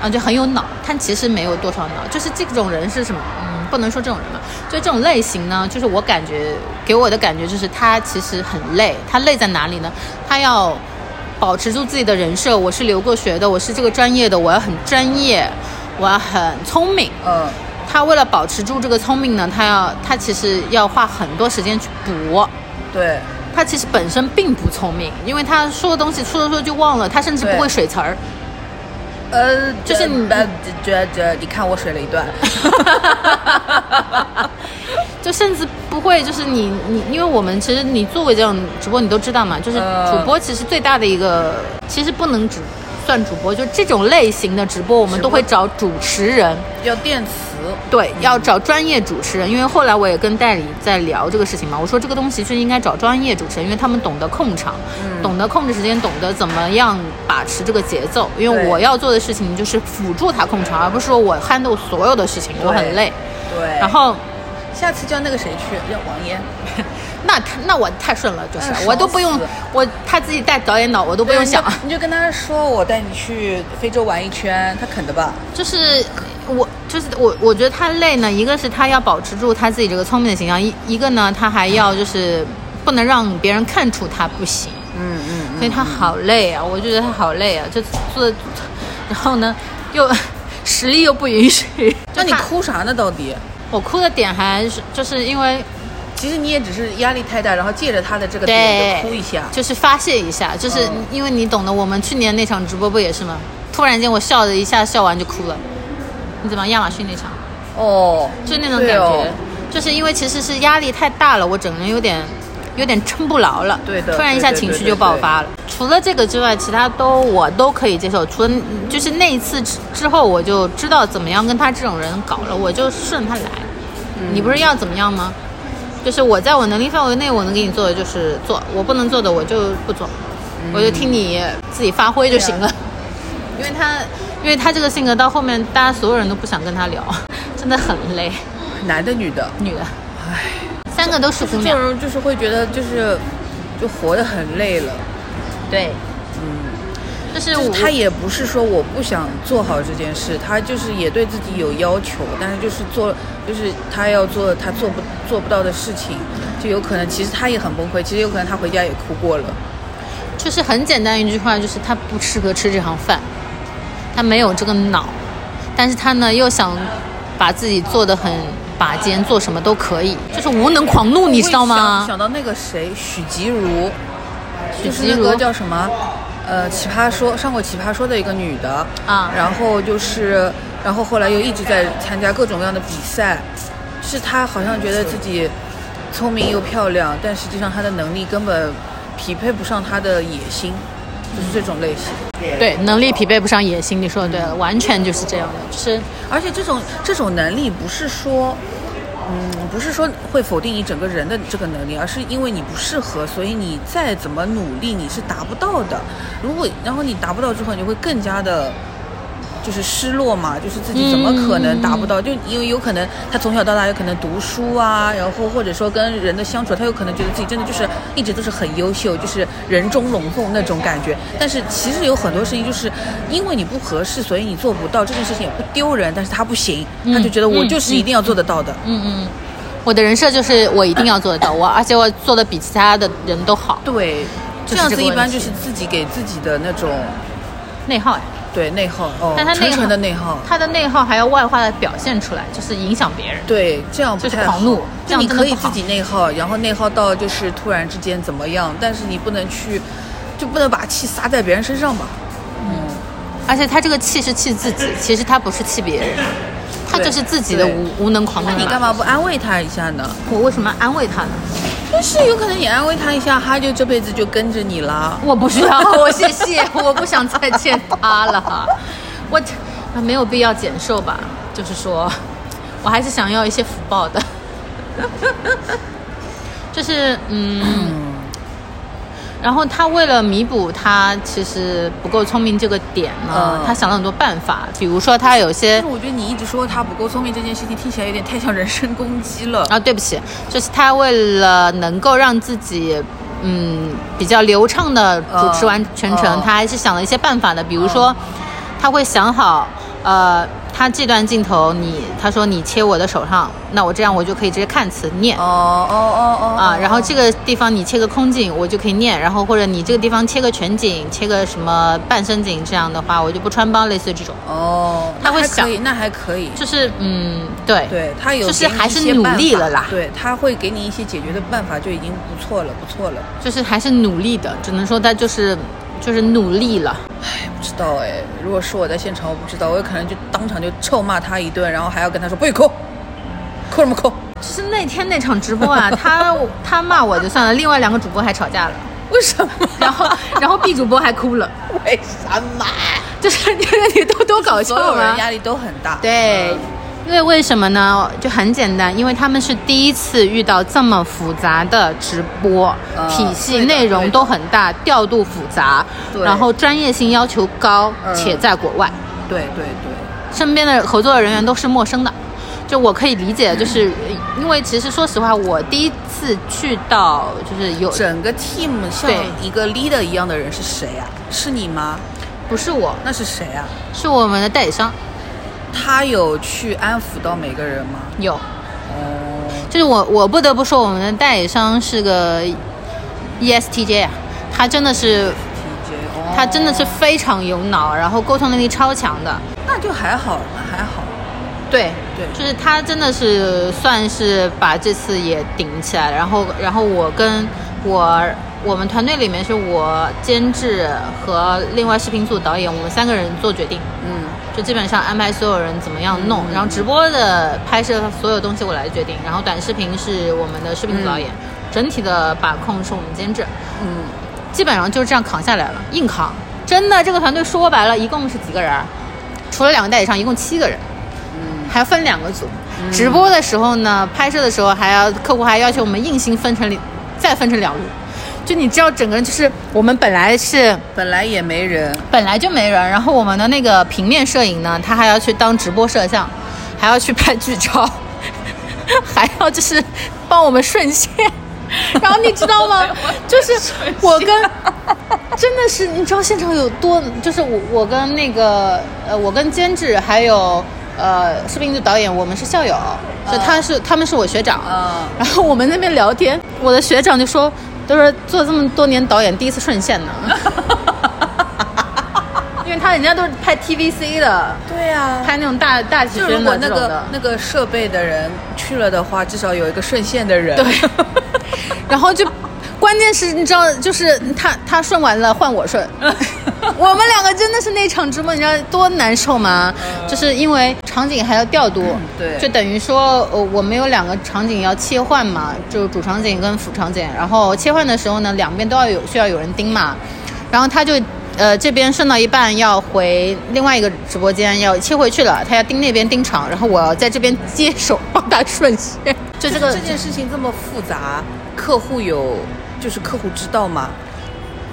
S1: 啊，就很有脑，但其实没有多少脑，就是这种人是什么？嗯，不能说这种人吧，就这种类型呢，就是我感觉给我的感觉就是他其实很累，他累在哪里呢？他要保持住自己的人设，我是留过学的，我是这个专业的，我要很专业，我要很聪明，
S2: 嗯
S1: 他为了保持住这个聪明呢，他要他其实要花很多时间去补。
S2: 对，
S1: 他其实本身并不聪明，因为他说的东西说着说着就忘了，他甚至不
S2: 对
S1: 会水词儿。
S2: 呃，
S1: 就是你
S2: 这这这，你看我水了一 段，
S1: 就甚至不会，就是你你，因为我们其实你做过这种直播，你都知道嘛，就是
S2: 呃
S1: 主播其实最大的一个，其实不能只算主播，就这种类型的直播，我们
S2: 直
S1: 都
S2: 播
S1: 会找主持人，
S2: 要电磁，
S1: 对，要找专业主持人，因为后来我也跟代理在聊这个事情嘛，我说这个东西是应该找专业主持人，因为他们懂得控场，
S2: 嗯
S1: 懂得控制时间，懂得怎么样把持这个节奏。因为
S2: 对
S1: 我要做的事情就是辅助他控场，而不是说我 handle 所有的事情，我很累。
S2: 对，
S1: 然后
S2: 下次叫那个谁去，叫王嫣，
S1: 那他那我太顺了，就
S2: 那
S1: 是
S2: 哎爽
S1: 我都不用
S2: 死
S1: 我他自己带导演脑，我都不用想。
S2: 对你就你就跟他说我带你去非洲玩一圈，他肯的吧？
S1: 就是我就是我，我觉得他累呢，一个是他要保持住他自己这个聪明的形象，一一个呢他还要就是不能让别人看出他不行，
S2: 嗯嗯
S1: 所以他好累啊，我就觉得他好累啊，就做，然后呢又 实力又不允许，
S2: 那你
S1: 就他，
S2: 哭啥呢？到底？
S1: 我哭的点还是就是因为
S2: 其实你也只是压力太大，然后借着他的这个
S1: 对
S2: 点就哭一下。
S1: 就是发泄一下，就是
S2: 嗯
S1: 因为你懂的，我们去年那场直播不也是吗？突然间我笑了一下，笑完就哭了。你怎么亚马逊那场？
S2: 哦，
S1: 就那种感觉，
S2: 对哦
S1: 就是因为其实是压力太大了，我整个人有点有点撑不牢了，
S2: 对的
S1: 突然一下情绪就爆发了。除了这个之外，其他都我都可以接受，除了就是那一次之之后，我就知道怎么样跟他这种人搞了，我就顺他来。
S2: 嗯
S1: 你不是要怎么样吗？就是我在我能力范围内，我能给你做的就是做，我不能做的我就不做，
S2: 嗯
S1: 我就听你自己发挥就
S2: 啊
S1: 行了。因为他，因为他这个性格到后面，大家所有人都不想跟他聊， 真的很累。
S2: 男的女的，
S1: 女的，
S2: 唉，
S1: 三个都是姑
S2: 这
S1: 娘
S2: 种，人就是会觉得就是就活得很累了。
S1: 对，嗯，就是
S2: 就是
S1: 我
S2: 他也不是说我不想做好这件事，他就是也对自己有要求，但是就是做，就是他要做他做不做不到的事情，就有可能其实他也很崩溃，其实有可能他回家也哭过了。
S1: 就是很简单一句话，就是他不适合吃这行饭，他没有这个脑，但是他呢又想把自己做的很拔尖，做什么都可以，就是无能狂怒，你知道
S2: 我一想
S1: 吗？
S2: 想到那个谁，许吉如，
S1: 许
S2: 就是
S1: 吉
S2: 那
S1: 如
S2: 个叫什么，呃，《奇葩说》上过《奇葩说》的一个女的
S1: 啊
S2: 然后就是，然后后来又一直在参加各种各样的比赛，是她好像觉得自己聪明又漂亮，但实际上她的能力根本匹配不上她的野心，就是这种类型。
S1: 对，能力匹配不上野心，你说的对了，完全就是这样的，就是
S2: 而且这种这种能力不是说，嗯，不是说会否定你整个人的这个能力，而是因为你不适合，所以你再怎么努力你是达不到的。如果然后你达不到之后，你会更加的。就是失落嘛，就是自己怎么可能达
S1: 嗯
S2: 不到？就因为有可能他从小到大有可能读书啊，然后或者说跟人的相处，他有可能觉得自己真的就是一直都是很优秀，就是人中龙凤那种感觉。但是其实有很多事情就是因为你不合适，所以你做不到这件事情也不丢人，但是他不行，
S1: 嗯
S2: 他就觉得我就是一定要做得到的。
S1: 我的人设就是我一定要做得到，我而且我做的比其他的人都好，
S2: 对，这
S1: 就是
S2: 样
S1: 嗯这个
S2: 子一般
S1: 问题
S2: 就是自己给自己的那种
S1: 内耗呀。
S2: 对内耗哦，
S1: 但他内
S2: 纯
S1: 耗
S2: 纯的内耗。
S1: 他的内耗还要外化的表现出来，就是影响别人。
S2: 对，这样不
S1: 就是
S2: 太好。
S1: 狂怒这
S2: 就
S1: 样
S2: 你
S1: 真的
S2: 可以
S1: 不好
S2: 自己内耗，然后内耗到就是突然之间怎么样，但是你不能去，就不能把气撒在别人身上吧？
S1: 而且他这个气是气自己，其实他不是气别人，他
S2: 对
S1: 就是自己的
S2: 对
S1: 无无能狂怒
S2: 那
S1: 嘛。
S2: 你干嘛不安慰他一下呢？
S1: 我为什么安慰他呢？
S2: 但是有可能你安慰他一下，他就这辈子就跟着你了。
S1: 我不需要， 我谢谢，我不想再见他了。我啊没有必要减寿吧，就是说，我还是想要一些福报的。 就是嗯，然后他为了弥补他其实不够聪明这个点呢，
S2: 嗯
S1: 他想了很多办法，比如说他有些
S2: 但是我觉得你一直说他不够聪明这件事情，听起来有点太像人身攻击了。
S1: 啊，对不起，就是他为了能够让自己。嗯，比较流畅的主持完全程，
S2: 嗯
S1: 他还是想了一些办法的，比如说，
S2: 哦
S1: 他会想好，呃，他这段镜头你，他说你切我的手上，那我这样我就可以直接看词念、
S2: 哦哦哦哦
S1: 啊，然后这个地方你切个空景，我就可以念，然后或者你这个地方切个全景，切个什么半身景，这样的话我就不穿帮，类似于这种，
S2: 哦，
S1: 他会
S2: 那还可
S1: 想
S2: 以，那还可以。
S1: 就是嗯，对
S2: 对他有
S1: 就是
S2: 给你
S1: 还
S2: 一
S1: 是
S2: 些
S1: 努
S2: 办
S1: 力
S2: 法
S1: 了啦
S2: 对他会给你一些解决的办法，就已经不错了，不错了。
S1: 就是还是努力的，只能说他就是就是努力了。
S2: 不知道哎，如果是我在现场，我不知道，我有可能就当场就臭骂他一顿，然后还要跟他说不许扣，扣什么扣？
S1: 就是那天那场直播 啊，他他骂我就算了，另外两个主播还吵架了，
S2: 为什么？
S1: 然后然后 B 主播还哭了，
S2: 为什么？
S1: 就是这个你都多搞笑
S2: 所有人
S1: 吗？
S2: 压力都很大。
S1: 对，因为为什么呢？就很简单，因为他们是第一次遇到这么复杂的直播、
S2: 嗯
S1: 体系，
S2: 对的
S1: 内容
S2: 对的
S1: 都很大，调度复杂，
S2: 对
S1: 然后专业性要求高，
S2: 嗯
S1: 且在国外。
S2: 对对对，
S1: 身边的合作人员都是陌生的，就我可以理解，就是呃因为其实说实话，我第一次去到就是有
S2: 整个 team 像
S1: 对
S2: 一个 leader 一样的人是谁啊？是你吗？
S1: 不是我，
S2: 那是谁啊？
S1: 是我们的代理商
S2: 他有去安抚到每个人吗？
S1: 有，
S2: 哦，
S1: 就是我我不得不说我们的代理商是个 ESTJ 啊，他真的是
S2: TJ，哦
S1: 他真的是，非常有脑，然后沟通能力超强的，
S2: 那就还好，那还好。
S1: 对
S2: 对
S1: 就是他真的是算是把这次也顶起来了。然后，然后我跟我我们团队里面是我监制和另外视频组导演，我们三个人做决定，
S2: 嗯，
S1: 就基本上安排所有人怎么样弄。然后直播的拍摄所有东西我来决定，然后短视频是我们的视频组导演，整体的把控是我们监制。
S2: 嗯，
S1: 基本上就是这样扛下来了，硬扛。真的，这个团队说白了，一共是几个人儿？除了两个代理商，一共七个人，还要分两个组。直播的时候呢，拍摄的时候还要客户还要求我们硬性分成两，再分成两路。就你知道，整个人就是我们本来是
S2: 本来也没人，
S1: 本来就没人，然后我们的那个平面摄影呢，他还要去当直播摄像，还要去拍剧照， 还要就是帮我们顺线。 然后你知道吗？就是我跟真的是，你知道现场有多，就是我我跟那个呃，我跟监制还有呃视频组导演，我们是校友，就他是他们是我学长，
S2: 嗯
S1: 然后我们那边聊天，我的学长就说，都是做这么多年导演第一次顺线呢，因为他人家都是拍 TVC 的，
S2: 对啊，
S1: 拍那种大大体
S2: 就如
S1: 生
S2: 果
S1: 的
S2: 那
S1: 这种的
S2: 个。那个设备的人去了的话，至少有一个顺线的人。
S1: 对， 然后就关键是你知道，就是他他顺完了换我 顺，我们两个真的是那场直播，你知道多难受吗？就是因为场景还要调度，
S2: 对
S1: 就等于说呃我们有两个场景要切换嘛，就是主场景跟副场景，然后切换的时候呢，两边都要有需要有人盯嘛，然后他就。呃，这边顺到一半要回另外一个直播间，要切回去了。他要盯那边盯场，然后我要在这边接手帮他顺线。就这个
S2: 这件事情这么复杂，客户有就是客户知道吗？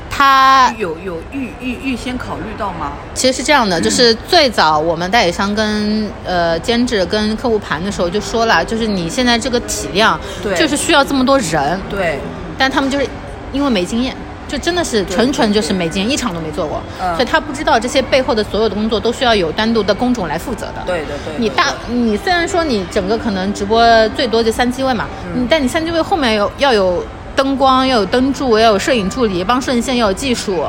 S1: 他
S2: 啊有有预预预先考虑到吗？
S1: 其实是这样的，就是最早我们代理商跟呃监制跟客户盘的时候就说了，就是你现在这个体量，
S2: 对
S1: 就是需要这么多人，
S2: 对，
S1: 但他们就是因为没经验。就真的是纯纯就是没经验，一场都没做过，
S2: 嗯
S1: 所以他不知道这些背后的所有的工作都需要有单独的工种来负责的。
S2: 对对对
S1: 你
S2: 对
S1: 大你虽然说你整个可能直播最多就三机位嘛，嗯，但你三机位后面有要有灯光，要有灯柱，要有摄影助理，帮顺线要有技术，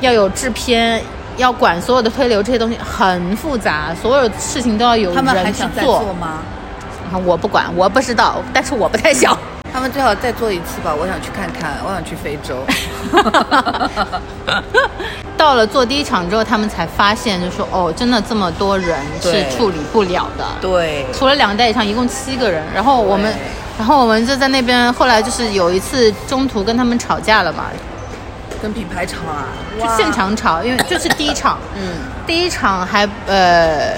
S1: 要有制片，要管所有的推流这些东西很复杂，所有事情都要有
S2: 他们还
S1: 人
S2: 是
S1: 去
S2: 在做吗？
S1: 啊我不管，我不知道，但是我不太想。
S2: 他们最好再做一次吧，我想去看看，我想去非 洲。
S1: 到了做第一场之后，他们才发现，就说哦，真的这么多人是
S2: 对
S1: 处理不了的。
S2: 对，
S1: 除了两个代理商，一共七个人。然后我们
S2: 对，
S1: 然后我们就在那边，后来就是有一次中途跟他们吵架了嘛，
S2: 跟品牌厂啊，
S1: 就现场吵，因为这是第一场，
S2: 嗯
S1: 第一场还呃。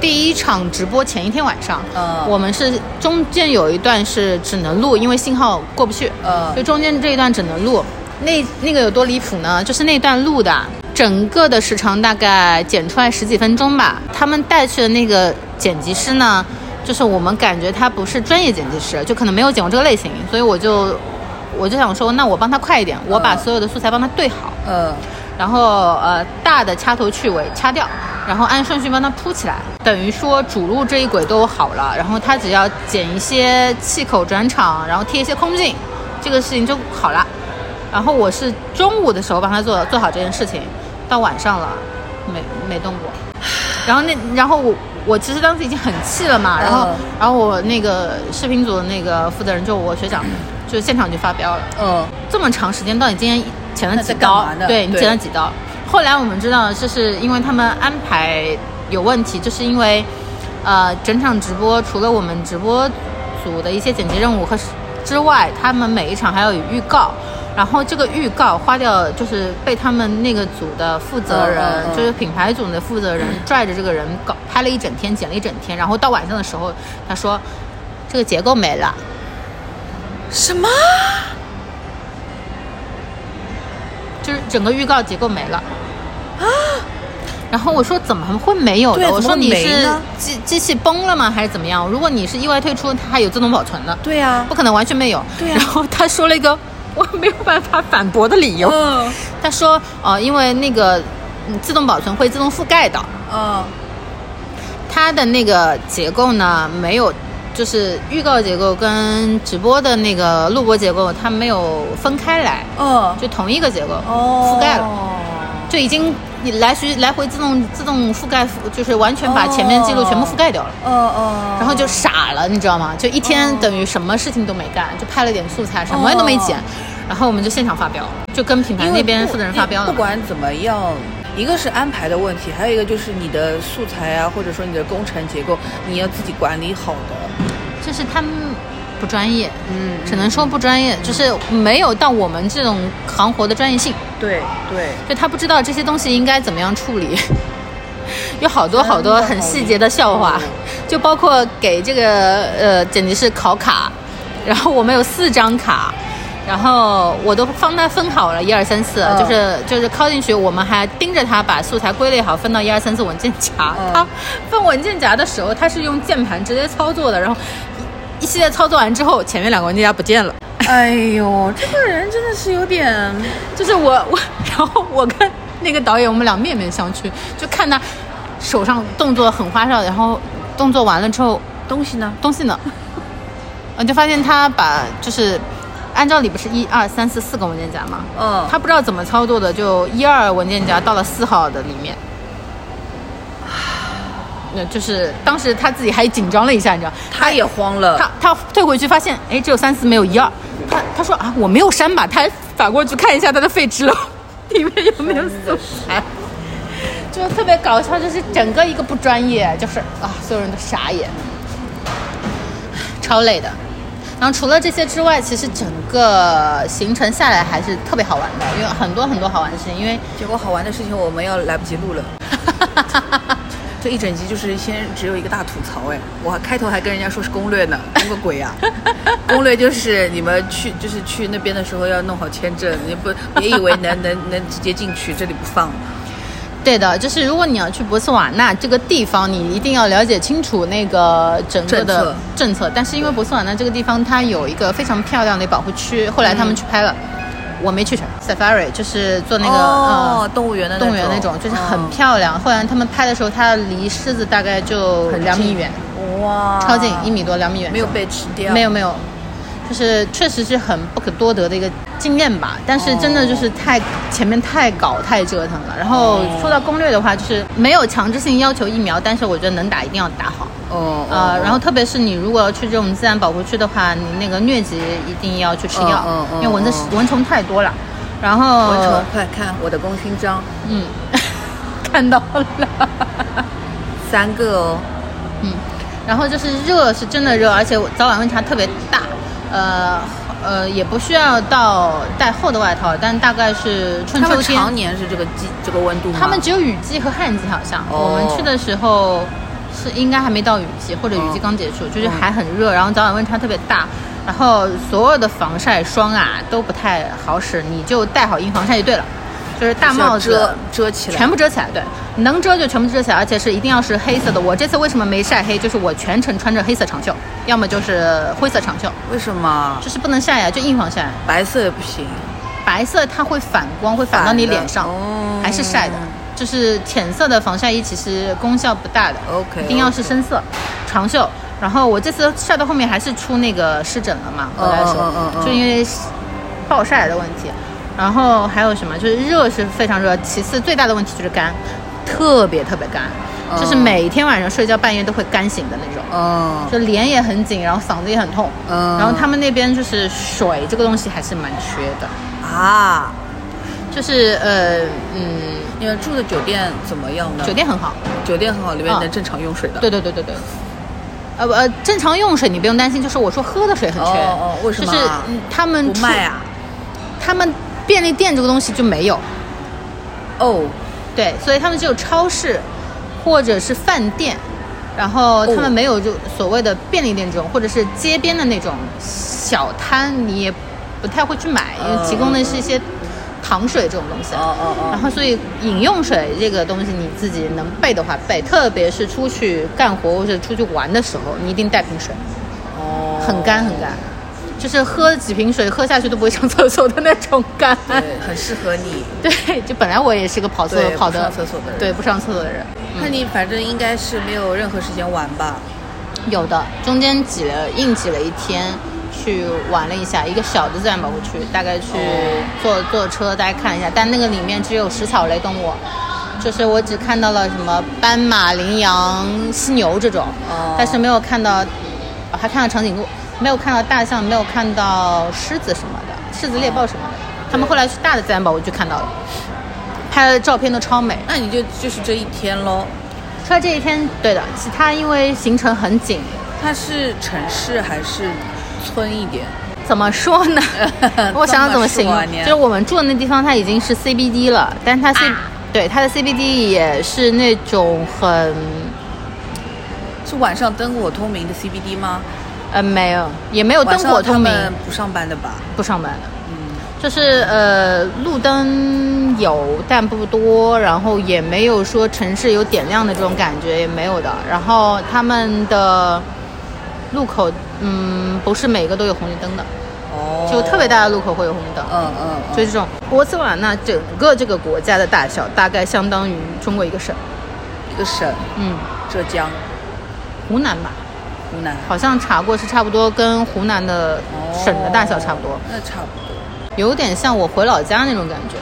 S1: 第一场直播前一天晚上，
S2: 嗯
S1: 我们是中间有一段是只能录，因为信号过不去，
S2: 嗯
S1: 就中间这一段只能录。那那个有多离谱呢？就是那段录的，整个的时长大概剪出来十几分钟吧。他们带去的那个剪辑师呢，就是我们感觉他不是专业剪辑师，就可能没有剪过这个类型，所以我就我就想说，那我帮他快一点，我把
S2: 嗯
S1: 所有的素材帮他对好。
S2: 呃，
S1: 然后呃大的掐头去尾掐掉，然后按顺序帮它铺起来，等于说主路这一轨都好了，然后它只要剪一些气口转场，然后贴一些空镜，这个事情就好了。然后我是中午的时候帮他做做好这件事情，到晚上了没没动过。然后那然后我我其实当时已经很气了嘛，然后、
S2: 嗯
S1: 然后我那个视频组的那个负责人就我学长，就现场就发飙了。
S2: 嗯，
S1: 这么长时间，到底今天剪了
S2: 那
S1: 几
S2: 在干
S1: 刀
S2: 嘛呢？
S1: 对你
S2: 对
S1: 剪了几刀？后来我们知道，就是因为他们安排有问题，就是因为呃，整场直播除了我们直播组的一些剪辑任务和之外，他们每一场还要有预告。然后这个预告花掉，就是被他们那个组的负责人，
S2: 嗯嗯嗯
S1: 就是品牌组的负责人，拽着这个人搞拍了一整天，剪了一整天。然后到晚上的时候，他说这个结构没了，
S2: 什么？
S1: 就是整个预告结构没了。然后我说怎么会没有
S2: 啊对
S1: 的？我
S2: 怎么
S1: 说
S2: 会
S1: 你
S2: 没
S1: 是
S2: 呢
S1: 机机器崩了吗？还是怎么样？如果你是意外退出，它还有自动保存的，
S2: 对啊
S1: 不，可能完全没有。
S2: 对啊
S1: 然后他说了一个 我没有办法反驳的理由，
S2: 嗯
S1: 他说呃，因为那个嗯自动保存会自动覆盖的，
S2: 嗯，
S1: 它的那个结构呢没有，就是预告结构跟直播的那个录播结构它没有分开来，
S2: 嗯，
S1: 就同一个结构
S2: 哦，
S1: 覆盖了。就已经你来回来回自动自动覆盖，就是完全把前面记录全部覆盖掉了。
S2: 嗯嗯，
S1: 然后就傻了，你知道
S2: 哦
S1: 吗？就一天等于什么事情都没干，就拍了点素材，什么都没剪。
S2: 哦
S1: 然后我们就现场发飙，就跟品牌
S2: 因为
S1: 那边
S2: 不
S1: 负责人发飙
S2: 因
S1: 了
S2: 为
S1: 嘛。
S2: 不管怎么样，一个是安排的问题，还有一个就是你的素材啊，或者说你的工程结构，你要自己管理好的。
S1: 就是他们不专业，
S2: 嗯
S1: 只能说不专业，就是没有到我们这种行活的专业性，
S2: 对对，
S1: 就他不知道这些东西应该怎么样处理。 嗯有好多好多嗯很细节的笑话，就包括给这个呃剪辑师考卡，然后我们有四张卡，然后我都帮他分好了，一二三四，
S2: 嗯
S1: 就是就是拷进去，我们还盯着他把素材归类好，分到一二三四文件夹。
S2: 嗯
S1: 他分文件夹的时候，他是用键盘直接操作的，然后一一系列操作完之后，前面两个文件夹不见了。
S2: 哎呦，这个人真的是有点，
S1: 就是我 我，然后我跟那个导演，我们俩面面相觑，就看他手上动作很花哨，然后动作完了之后，
S2: 东西呢？
S1: 东西呢？ 我就发现他把就是按照理不是一二三四四个文件夹吗？
S2: 嗯
S1: 他不知道怎么操作的，就一二文件夹到了四号的里面。 那就是当时他自己还紧张了一下，你知道，
S2: 他也慌了，
S1: 他他退回去发现，哎，只有三四没有一二。他他说啊，我没有删吧？他还反过去看一下他的废纸篓里面有没有素材，就特别搞笑，就是整个一个不专业，就是啊，所有人都傻眼，超累的。然后除了这些之外，其实整个行程下来还是特别好玩的，因为很多很多好玩的事情。因为
S2: 结果好玩的事情我们要来不及录了。 这一整集就是先只有一个大吐槽哎，我还开头还跟人家说是攻略呢，攻个鬼 呀、攻略就是你们去就是去那边的时候要弄好签证，你不别以为能能能直接进去，这里不放。
S1: 对的，就是如果你要去博茨瓦纳这个地方，你一定要了解清楚那个整个的
S2: 政
S1: 政
S2: 策
S1: 策。但是因为博茨瓦纳这个地方，它有一个非常漂亮的保护区，后来他们去拍了，我没去成。Safari 就是做那个、
S2: 哦，动物园的哦
S1: 呃动物园那种，就是很漂亮。后来他们拍的时候，它离狮子大概就
S2: 很
S1: 两米
S2: 近啊
S1: 远，
S2: 亮，哇，
S1: 超近一米多，两米远。
S2: 没有被吃掉，
S1: 没有没有，就是确实是很不可多得的一个经验吧。但是真的就是太、前面太搞太折腾了。然后
S2: 哦
S1: 说到攻略的话，就是没有强制性要求疫苗，但是我觉得能打一定要打好。
S2: 哦，
S1: 呃
S2: 哦，
S1: 然后特别是你如果要去这种自然保护区的话，你那个疟疾一定要去吃药，
S2: 嗯嗯嗯
S1: 因为蚊子
S2: 嗯
S1: 蚊虫太多了。然后
S2: 蚊虫，快看我的功勋章，
S1: 嗯，看到了。
S2: 三个哦，
S1: 嗯，然后就是热是真的热，而且我早晚温差特别大，呃呃也不需要到带厚的外套，但大概是春
S2: 他
S1: 秋
S2: 们
S1: 天。
S2: 常年是这个季这个温度吗？
S1: 他们只有雨季和旱季好像，
S2: 哦
S1: 我们去的时候是应该还没到雨季，或者雨季刚结
S2: 哦
S1: 束，就是还很热，然后早晚温差特别大。然后所有的防晒霜啊都不太好使，你就戴好硬防晒就对了，就是大
S2: 是要
S1: 帽子
S2: 遮遮起来，
S1: 全部遮起来，对，能遮就全部遮起来，而且是一定要是黑色的。我这次为什么没晒黑？就是我全程穿着黑色长袖，要么就是灰色长袖，
S2: 为什么
S1: 就是不能晒呀、就硬防晒。
S2: 白色也不行？白
S1: 白色它会反光，会反到你脸上，
S2: 反的哦
S1: 还是晒的。就是浅色的防晒衣其实功效不大的
S2: OK，
S1: 一定要是深色长袖。然后我这次晒到后面还是出那个湿疹了嘛，回来的时候
S2: 嗯嗯嗯嗯
S1: 就因为暴晒的问题。然后还有什么？就是热是非常热，其次最大的问题就是干，特别特别干，
S2: 嗯
S1: 就是每天晚上睡觉半夜都会干醒的那种。
S2: 嗯
S1: 就脸也很紧，然后嗓子也很痛，
S2: 嗯
S1: 然后他们那边就是水这个东西还是蛮缺的，
S2: 啊，
S1: 就是呃嗯，
S2: 你们住的酒店怎么样呢？
S1: 酒店很好，
S2: 酒店很好，里面
S1: 啊
S2: 能正常用水的。
S1: 对对对对对。呃不呃，正常用水你不用担心，就是我说喝的水很缺，
S2: 哦哦为什么啊
S1: 就是嗯他们
S2: 不
S1: 出
S2: 卖，啊？
S1: 他们便利店这个东西就没有，
S2: 哦，
S1: 对，所以他们只有超市或者是饭店，然后他
S2: 哦
S1: 们没有就所谓的便利店这种，或者是街边的那种小摊，你也不太会去买，因为提供的是一些糖水这种东西。
S2: 嗯哦哦哦
S1: 然后，所以饮用水这个东西，你自己能备的话备，特别是出去干活或者出去玩的时候，你一定带瓶水，
S2: 哦，
S1: 很干很干，就是喝几瓶水喝下去都不会上厕所的那种干。
S2: 对，哦哎很适合你。
S1: 对，就本来我也是个跑厕
S2: 对
S1: 跑的
S2: 不上厕所的人嗯
S1: 对不上厕所的人。
S2: 那你反正应该是没有任何时间玩吧？
S1: 有的，中间挤了硬挤了一天，去玩了一下一个小的自然保护区，大概去
S2: 哦
S1: 坐坐车大家看一下，但那个里面只有食草类动物，就是我只看到了什么斑马、羚羊、犀牛这种，
S2: 哦
S1: 但是没有看到，哦还看到长颈鹿，没有看到大象，没有看到狮子什么的，狮子、猎豹什么的。他们后来去大的自然保护区看到了，
S2: 哦
S1: 拍的照片都 超美。
S2: 那你就就是这一天喽。
S1: 除了这一天，对的，其他因为行程很紧，
S2: 它是城市还是村一点？？
S1: 怎么说呢 我想想怎么形
S2: 这么说啊
S1: 容
S2: 啊你，
S1: 就是我们住的那地方，它已经是 CBD 了，但是它 C、对它的 CBD 也是那种很
S2: 是晚上灯火通明的 CBD 吗？
S1: 呃没有，也没有灯火
S2: 晚上
S1: 通
S2: 他
S1: 明，
S2: 们不上班的吧？嗯
S1: 不上班，就是呃，路灯有但不多，然后也没有说城市有点亮的这种感觉也没有的。然后他们的路口，嗯，不是每个都有红绿灯的，
S2: 哦
S1: 就特别大的路口会有红绿灯。
S2: 嗯嗯，
S1: 就这种，博茨瓦纳整个这个国家的大小大概相当于中国一个省，
S2: 一个省，
S1: 嗯，
S2: 浙江、
S1: 湖南吧，
S2: 湖南，
S1: 好像查过是差不多跟湖南的
S2: 哦
S1: 省的大小差不多，，
S2: 那差不多。
S1: 有点像我回老家那种感觉。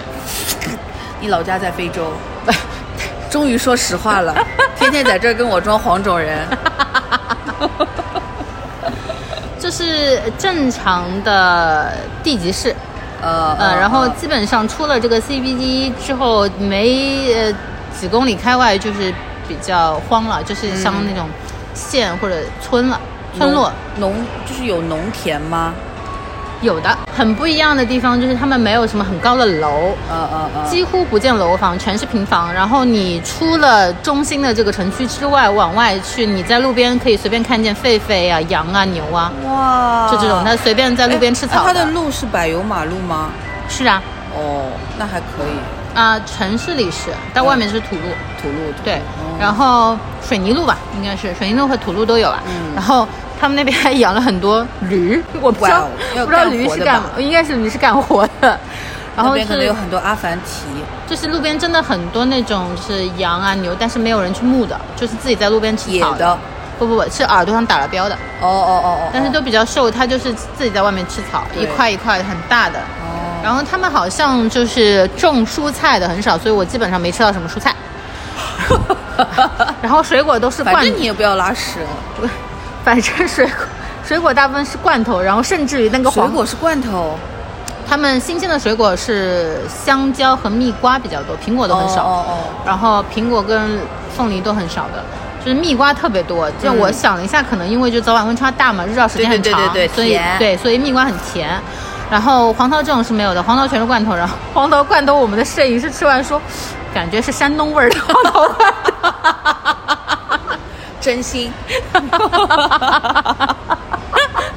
S2: 你老家在非洲， 终于说实话 了，天天在这儿跟我装黄种人。
S1: 就是正常的地级市，
S2: 呃
S1: 呃，然后基本上出了这个 CBD 之后，没呃几公里开外就是比较荒了，就是像那种县或者村了，村落。
S2: 农农就是有农田吗？
S1: 有的很不一样的地方就是他们没有什么很高的楼，
S2: 呃呃呃，
S1: 几乎不见楼房，全是平房。然后你出了中心的这个城区之外，往外去，你在路边可以随便看见狒狒啊、羊啊、牛啊，
S2: 哇，
S1: 就这种，他随便在路边吃
S2: 哎
S1: 草。
S2: 那它的路是柏油马路吗？
S1: 是啊，
S2: 哦，那还可以，
S1: 啊、城市里是，但外面是土路。
S2: 土路。
S1: 对，
S2: 哦
S1: 然后水泥路吧，应该是水泥路和土路都有啊。
S2: 嗯
S1: 然后他们那边还养了很多驴，我不知
S2: 哇
S1: 道
S2: 哦，要
S1: 不知道
S2: 干
S1: 驴
S2: 活
S1: 是
S2: 的
S1: 干
S2: 吧，
S1: 应该是驴是干活的。然
S2: 那
S1: 后
S2: 边可能
S1: 是
S2: 有很多阿凡提，
S1: 就是路边真的很多那种就是羊啊牛，但是没有人去牧的，就是自己在路边吃
S2: 野
S1: 草
S2: 的。
S1: 不不不，是耳朵上打了标的，
S2: 哦哦哦哦，
S1: 但是都比较瘦，它就是自己在外面吃草，
S2: 对
S1: 一块一块很大的。
S2: 哦，
S1: 然后他们好像就是种蔬菜的很少，所以我基本上没吃到什么蔬 菜。然后水果都是罐
S2: 反正你也不要拉屎。
S1: 反正水果水果大部分是罐头，然后甚至于那个
S2: 水
S1: 黄
S2: 果是罐头，
S1: 他们新鲜的水果是香蕉和蜜瓜比较多，苹果都很少。
S2: 哦哦
S1: 然后苹果跟凤梨都很少的，就是蜜瓜特别多。就我想了一下，可能因为就早晚温差大嘛，日照时间很
S2: 对
S1: 长，
S2: 对对对对
S1: 所以
S2: 甜
S1: 对，所以蜜瓜很甜。然后黄桃这种是没有的，黄桃全是罐头。然后黄桃罐头，我们的摄影师吃完说，感觉是山东味儿的黄桃罐头。
S2: 哦，真 心。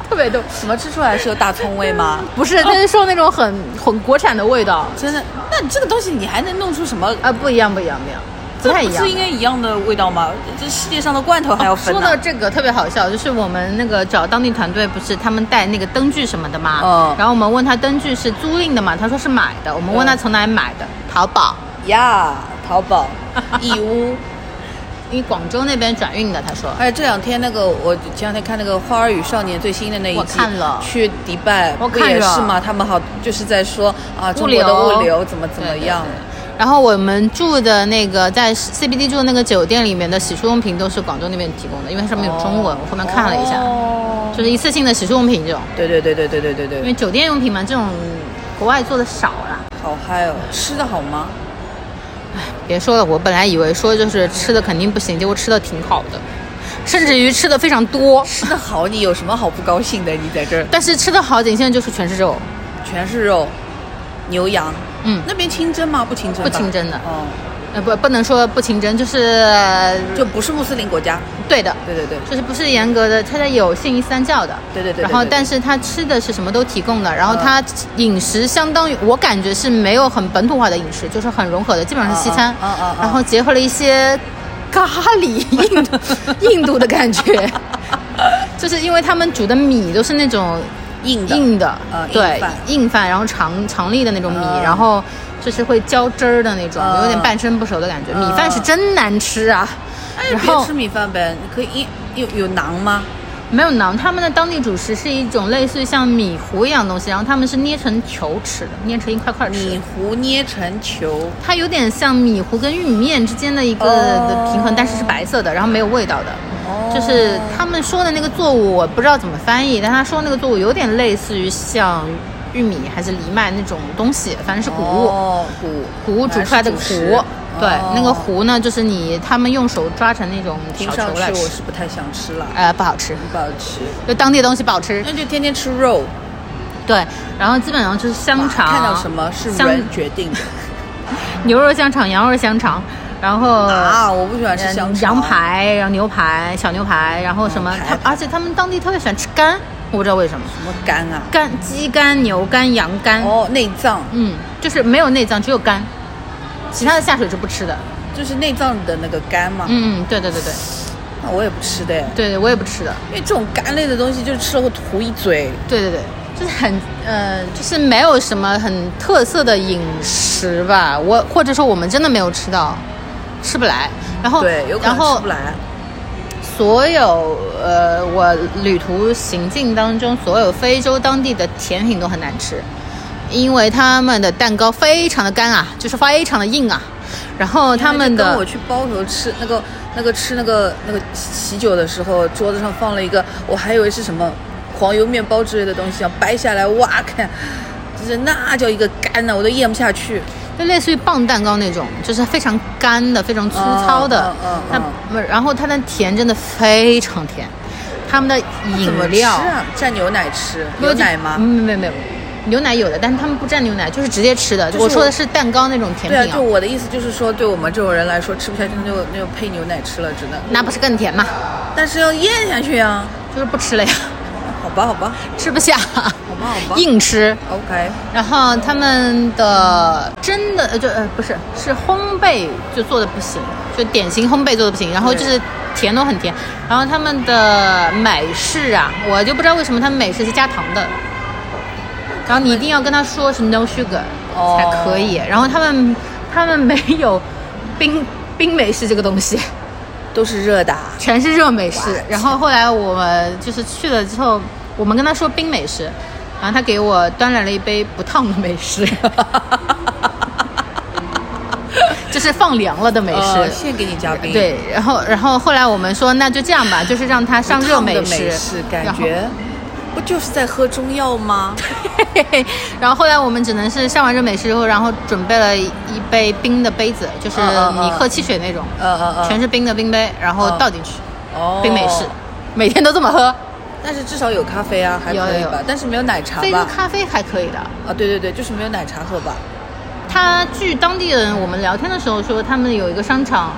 S1: 特别逗，
S2: 怎么吃出来是有大葱味吗？
S1: 不是，他是说那种很很国产的味道，
S2: 真的？那你这个东西你还能弄出什么？
S1: 啊，不一样，不一样，不一样，不
S2: 这
S1: 太
S2: 呃不
S1: 一样
S2: 是。应该一样的味道吗？这世界上的罐头还要分啊
S1: 说
S2: 呢、
S1: 到这个特别好笑，就是我们那个找当地团队，不是他们带那个灯具什么的嘛，
S2: 嗯
S1: 然后我们问他灯具是租赁的嘛，他说是买的，我们问他从哪里买的，淘宝，
S2: 呀，淘 宝、义乌。
S1: 因为广州那边转运的，他说，
S2: 而且这两天那个，我前两天看那个《花儿与少年》最新的那一季，
S1: 我看了
S2: 去迪拜
S1: 我
S2: 不
S1: 看
S2: 也
S1: 了
S2: 是吗？他们好就是在说啊，
S1: 物
S2: 中
S1: 流
S2: 国的物流怎么怎么样
S1: 对对对然后我们住的那个在 CBD 住的那个酒店里面的洗漱用品都是广州那边提供的，因为它上面有中文，我后面看了一下，
S2: 哦
S1: 就是一次性的洗漱用品这种，
S2: 对对对对对对对
S1: 因
S2: 对，
S1: 为酒店用品嘛，这种国外做的少啦。
S2: 好嗨哦！吃的好吗？
S1: 别说了，我本来以为说就是吃的肯定不行，结果吃的挺好的，甚至于吃的非常多。
S2: 吃的好，你有什么好不高兴的？你在这儿
S1: 但是吃的好，仅限就是全是肉，
S2: 全是肉，牛羊，
S1: 嗯，
S2: 那边清真吗？不清真吧，
S1: 不清真的
S2: 哦，
S1: 呃不不能说不清真，就是呃
S2: 就不是穆斯林国家。
S1: 对的，
S2: 对对对，
S1: 就是不是严格的，它它有信伊斯兰教的，
S2: 对对对对
S1: 然后
S2: 对对
S1: 但是它吃的是什么都提供的，然后
S2: 嗯
S1: 它饮食相当于我感觉是没有很本土化的饮食，就是很融合的，基本上是西餐，
S2: 嗯嗯嗯嗯嗯
S1: 然后结合了一些咖喱 印度印度的感觉。就是因为他们煮的米都是那种
S2: 硬的
S1: 硬的，
S2: 呃硬
S1: 对
S2: 饭，
S1: 硬饭，然后长长粒的那种米，
S2: 嗯
S1: 然后就是会浇汁儿的那种，
S2: 嗯
S1: 有点半生不熟的感觉。
S2: 嗯
S1: 米饭是真难吃啊，
S2: 哎，
S1: 然
S2: 别
S1: 后
S2: 吃米饭呗，你可以一有有馕吗？
S1: 没有馕，他们的当地主食是一种类似于像米糊一样的东西，然后他们是捏成球吃的，捏成一块块
S2: 米
S1: 吃。
S2: 糊捏成球，
S1: 它有点像米糊跟玉米面之间的一个
S2: 哦
S1: 平衡，但是是白色的，然后没有味道的。
S2: 哦
S1: 就是他们说的那个作物，我不知道怎么翻译，但他说那个作物有点类似于像玉米还是藜麦那种东西，反正是谷物。
S2: 哦，谷
S1: 谷物煮出来的
S2: 反正
S1: 糊
S2: 是主食，
S1: 对，
S2: 哦
S1: 那个糊呢，就是你他们用手抓成那种
S2: 听
S1: 小
S2: 上
S1: 球
S2: 去
S1: 来
S2: 我
S1: 吃，
S2: 是不太想吃了，
S1: 呃，不好吃，
S2: 不好吃，
S1: 就当地的东西不好吃。
S2: 那就天天吃肉。
S1: 对，然后基本上就是香肠，
S2: 看到什么是
S1: 香
S2: 人决定的
S1: 牛肉香肠、羊肉香肠，然后。
S2: 啊！我不喜欢吃
S1: 嗯
S2: 香肠，
S1: 羊排，然后牛排、小牛排，然后什么
S2: 嗯？排
S1: 他而且他们当地特别喜欢吃肝，我不知道为什么，
S2: 什么肝啊？
S1: 肝、鸡肝、牛肝、羊肝，
S2: 哦，内脏，
S1: 嗯，就是没有内脏，只有肝，其他的下水是不吃的。
S2: 就是内脏的那个肝嘛。
S1: 嗯，对对对对
S2: 那我也不吃的，
S1: 对对，我也不吃的。
S2: 因为这种肝类的东西，就是吃了会吐一嘴。
S1: 对对对，就是很呃，就是没有什么很特色的饮食吧，我或者说我们真的没有吃到，吃不来。然后
S2: 对，有可
S1: 哦然
S2: 能
S1: 后
S2: 吃不来。
S1: 所有呃，我旅途行进当中，所有非洲当地的甜品都很难吃，因为他们的蛋糕非常的干啊，就是非常的硬啊。然后他们
S2: 因为就跟我
S1: 的
S2: 去包头吃那个那个吃那个那个喜酒的时候，桌子上放了一个，我还以为是什么黄油面包之类的东西，要掰下来哇看，就是那叫一个干呐、我都咽不下去。
S1: 就类似于棒蛋糕那种，就是非常干的、非常粗糙的
S2: 嗯嗯。
S1: 它
S2: 嗯
S1: 不然后它的甜真的非常甜，他们的
S2: 怎么
S1: 饮
S2: 吃
S1: 料
S2: 啊？蘸牛奶吃？
S1: 没
S2: 有
S1: 有嗯
S2: 奶吗？
S1: 没有没有没有，牛奶有的，但是他们不蘸牛奶，就是直接吃的。
S2: 就是
S1: 我说
S2: 我
S1: 的是蛋糕那种甜
S2: 对啊，
S1: 品
S2: 就我的意思就是说，对我们这种人来说，吃不下去那就那就配牛奶吃了，真的。
S1: 那不是更甜吗？
S2: 但是要咽下去啊。
S1: 就是不吃了呀，
S2: 好吧，好吧，
S1: 吃不下，
S2: 好吧，好吧。
S1: 硬吃。
S2: OK，
S1: 然后他们的真的呃就呃不是是烘焙就做的不行，就典型烘焙做的不行，然后就是甜都很甜，然后他们的美式啊，我就不知道为什么他们美式是加糖的，然后你一定要跟他说是 no sugar
S2: 哦
S1: 才可以，然后他们他们没有冰 冰美式这个东西。
S2: 都是热的啊。
S1: 全是热美式
S2: What？。
S1: 然后后来我们就是去了之后，我们跟他说冰美式，然后他给我端来了一杯不烫的美式， 就是放凉了的美式。
S2: 呃现给你加冰。
S1: 对，然后然后后来我们说那就这样吧，就是让他上热
S2: 烫的美
S1: 式，
S2: 感
S1: 然后
S2: 觉不就是在喝中药吗？
S1: 嘿嘿， 然后后来我们只能是上完热美式之后，然后准备了一杯冰的杯子，就是
S2: 嗯嗯嗯
S1: 你喝汽水那种，
S2: 嗯嗯嗯
S1: 全是冰的冰杯，然后
S2: 嗯
S1: 倒进去，
S2: 哦
S1: 冰美式，每天都这么喝。
S2: 但是至少有咖啡啊，还可
S1: 有
S2: 以
S1: 有
S2: 吧
S1: 有？
S2: 但是没有奶茶
S1: 非洲
S2: 吧？
S1: 咖啡还可以的，
S2: 啊，对对对，就是没有奶茶喝吧？
S1: 他据当地人我们聊天的时候说，他们有一个商场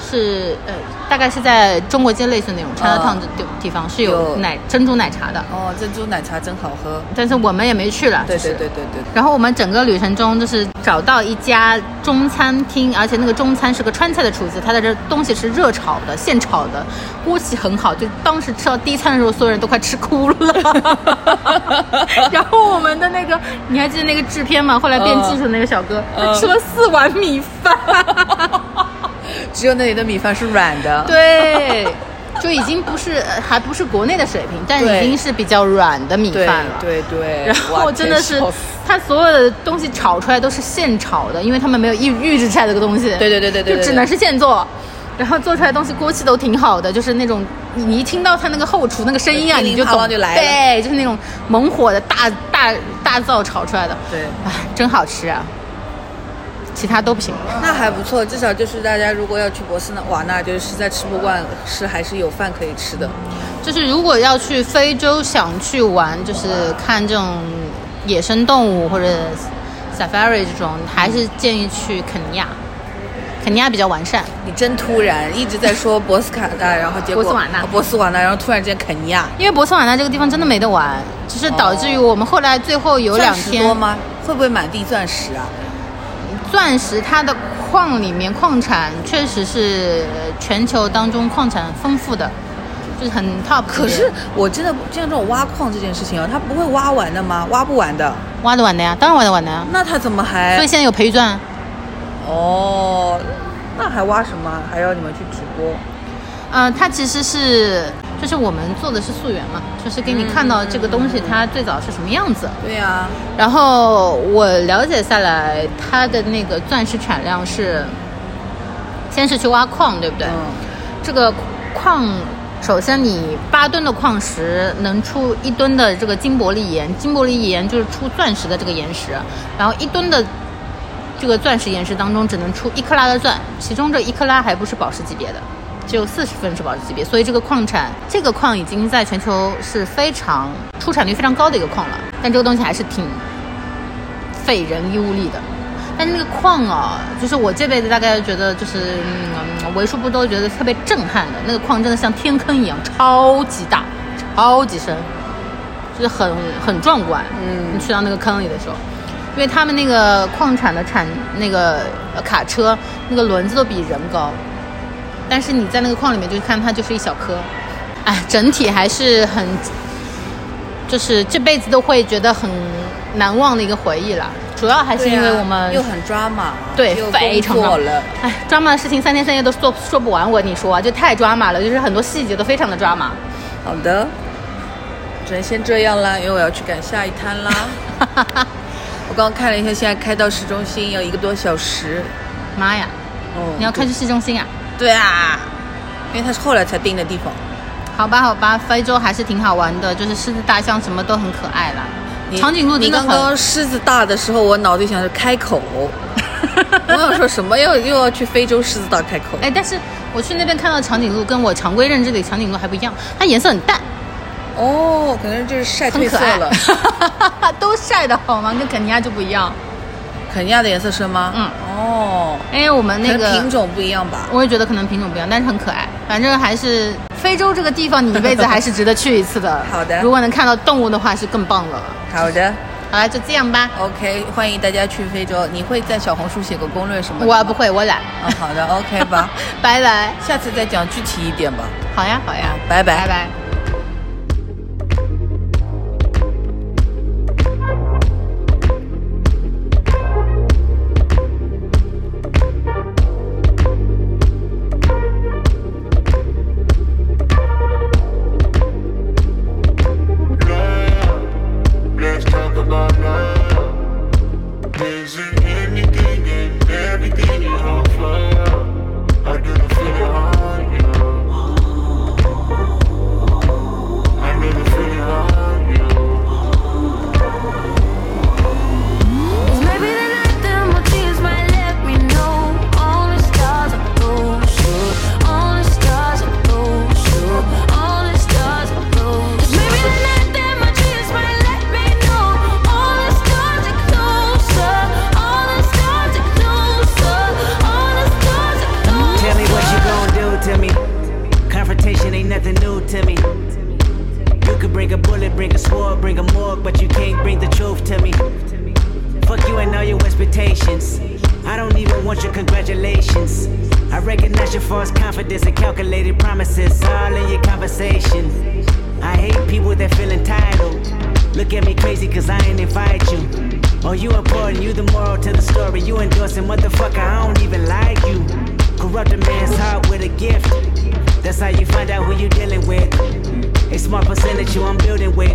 S1: 是呃，大概是在中国街类似那种川 h 烫的地地方是有
S2: 啊有
S1: 奶珍珠奶茶的，
S2: 哦，珍珠奶茶真好喝。
S1: 但是我们也没去了。
S2: 对
S1: 就是
S2: 对对对对，
S1: 然后我们整个旅程中，就是找到一家中餐厅，而且那个中餐是个川菜的厨子，他的这东西是热炒的、现炒的，锅气很好。就当时吃到第一餐的时候，所有人都快吃哭 了。然后我们的那个，你还记得那个制片吗？后来变技术的那个小哥，他吃
S2: 嗯
S1: 了四碗米饭。
S2: 只有那里的米饭是软的。
S1: 对。 就已经不是，呃还不是国内的水平，但
S2: 对
S1: 已经是比较软的米
S2: 对
S1: 饭了。
S2: 对对，
S1: 然
S2: 哇
S1: 后真的是
S2: 天笑死，
S1: 它所有的东西炒出来都是现炒的，因为他们没有预预制菜这个东西。
S2: 对对对对对对
S1: 就只能是现做。然后做出来的东西锅气都挺好的，就是那种你你一听到它那个后厨那个声音啊，
S2: 对
S1: 你就
S2: 噼里啪啦
S1: 懂，
S2: 就来了
S1: 对，就是那种猛火的大大大灶炒出来的，
S2: 对
S1: 哎，真好吃啊！其他都不行，
S2: 那还不错，至少就是大家如果要去博斯瓦纳，就是实在吃不惯，是还是有饭可以吃的。
S1: 就是如果要去非洲想去玩，就是看这种野生动物或者 safari 这种，还是建议去肯尼亚。肯尼亚比较完善，
S2: 你真突然一直在说博斯卡纳，然后结果
S1: 博斯瓦纳
S2: 啊博斯瓦纳，然后突然间肯尼亚，
S1: 因为博茨瓦纳这个地方真的没得玩，就是导致于我们后来最后有两
S2: 钻石
S1: 天
S2: 多吗？会不会满地钻石啊？
S1: 钻石它的矿里面矿产确实是全球当中矿产丰富的，就是很 top 级别。
S2: 可是我真的像这种挖矿这件事情啊，他不会挖完的吗？挖不完的，
S1: 挖得完的呀，当然挖得完的呀。
S2: 那他怎么
S1: 所以
S2: 还？
S1: 现在有培育钻，啊
S2: 哦，那还挖什么？还要你们去直播？
S1: 呃，它其实是就是我们做的是溯源嘛，就是给你看到这个东西它最早是什么样子。
S2: 对呀、啊，
S1: 然后我了解下来，它的那个钻石产量是，先是去挖矿，对不对？
S2: 嗯，
S1: 这个矿，首先你八吨的矿石能出一吨的这个金伯利岩，金伯利岩就是出钻石的这个岩石，然后一吨的这个钻石岩石当中只能出一克拉的钻，其中这一克拉还不是宝石级别的，只有四十分是宝石级别，所以这个矿产，这个矿已经在全球是非常出产率非常高的一个矿了，但这个东西还是挺费人力物力的。但是那个矿啊，就是我这辈子大概觉得就是嗯为数不多觉得特别震撼的那个矿，真的像天坑一样，超级大，超级深。就是很很壮观。
S2: 嗯
S1: 你去到那个坑里的时候，因为他们那个矿产的产那个呃卡车那个轮子都比人高，但是你在那个矿里面就看它就是一小颗， 哎，整体还是很，就是这辈子都会觉得很难忘的一个回忆啦。主要还是因为我们
S2: 又很抓马，
S1: 对，
S2: 啊又
S1: 非常
S2: 工作
S1: drama
S2: 了。。
S1: 哎，抓马的事情三天三夜都说说不完，我跟你说啊，就太抓马了，就是很多细节都非常的抓马。
S2: 好的，只能先这样啦，因为我要去赶下一摊 啦。我刚刚看了一下，现在开到市中心要一个多小时。
S1: 妈呀，
S2: 哦
S1: 你要开去市中心啊？
S2: 对啊，因为它是后来才定的地方。
S1: 好吧，好吧，非洲还是挺好玩的，就是狮子、大象什么都很可爱啦。
S2: 你
S1: 长颈鹿
S2: 你
S1: 真的
S2: 刚
S1: 很，
S2: 刚狮子大的时候，我脑子里想着开 口，我想说什么又又要去非洲狮子大开口。
S1: 哎，但是我去那边看到长颈鹿，跟我常规认知里长颈鹿还不一样，它颜色很淡，
S2: 哦，可能就是晒
S1: 很
S2: 褪色
S1: 可爱
S2: 了。，
S1: 都晒的好吗？跟肯尼亚就不一样。
S2: 肯尼亚的颜色是吗？
S1: 嗯
S2: 哦，
S1: 哎，我们那
S2: 可能
S1: 个
S2: 品种不一样吧。
S1: 我也觉得可能品种不一样，但是很可爱。反正还是非洲这个地方，你一辈子还是值得去一次的
S2: 。好的
S1: 如果能看到动物的话，是更棒了。
S2: 好的
S1: 好了，就这样吧。
S2: ，OK，欢迎大家去非洲。你会在小红书写个攻略什么的吗？
S1: 我不会，我懒。
S2: 嗯，好的，OK 吧，
S1: 拜拜。
S2: 下次再讲具体一点吧。
S1: 好呀，好呀，
S2: 拜拜
S1: 拜拜。
S3: Let's talk about love. Isn't anything and everything you on fire? I didn't feel it on you. I didn't feel it on you.
S4: Maybe the night that my tears might let me know Only stars are blue, sure Only stars are blue, sure Only stars are blue Maybe the night that my tears might let me know Only stars are closer Only stars are closer Only stars are closer
S5: Tell me what you gonna do to me. Confrontation ain't nothing new to me. You could bring a bullet, bring a sword, bring a morgue, but you can't bring the truth to me. Fuck you and all your expectations. I don't even want your congratulations. I recognize your false confidence and calculated promises all in your conversation. I hate people that feel entitled. Look at me crazy cause I ain't invite you. Oh, you important, you the moral to the story. You endorsing, motherfucker, I don't even like you. Corrupt a man's heart with a gift. That's how you find out who you dealing with. A small percentage you I'm building with.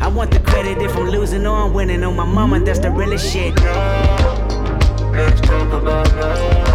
S5: I want the credit if I'm losing or I'm winning. On my mama, that's the realest shit.
S3: Let's talk about love.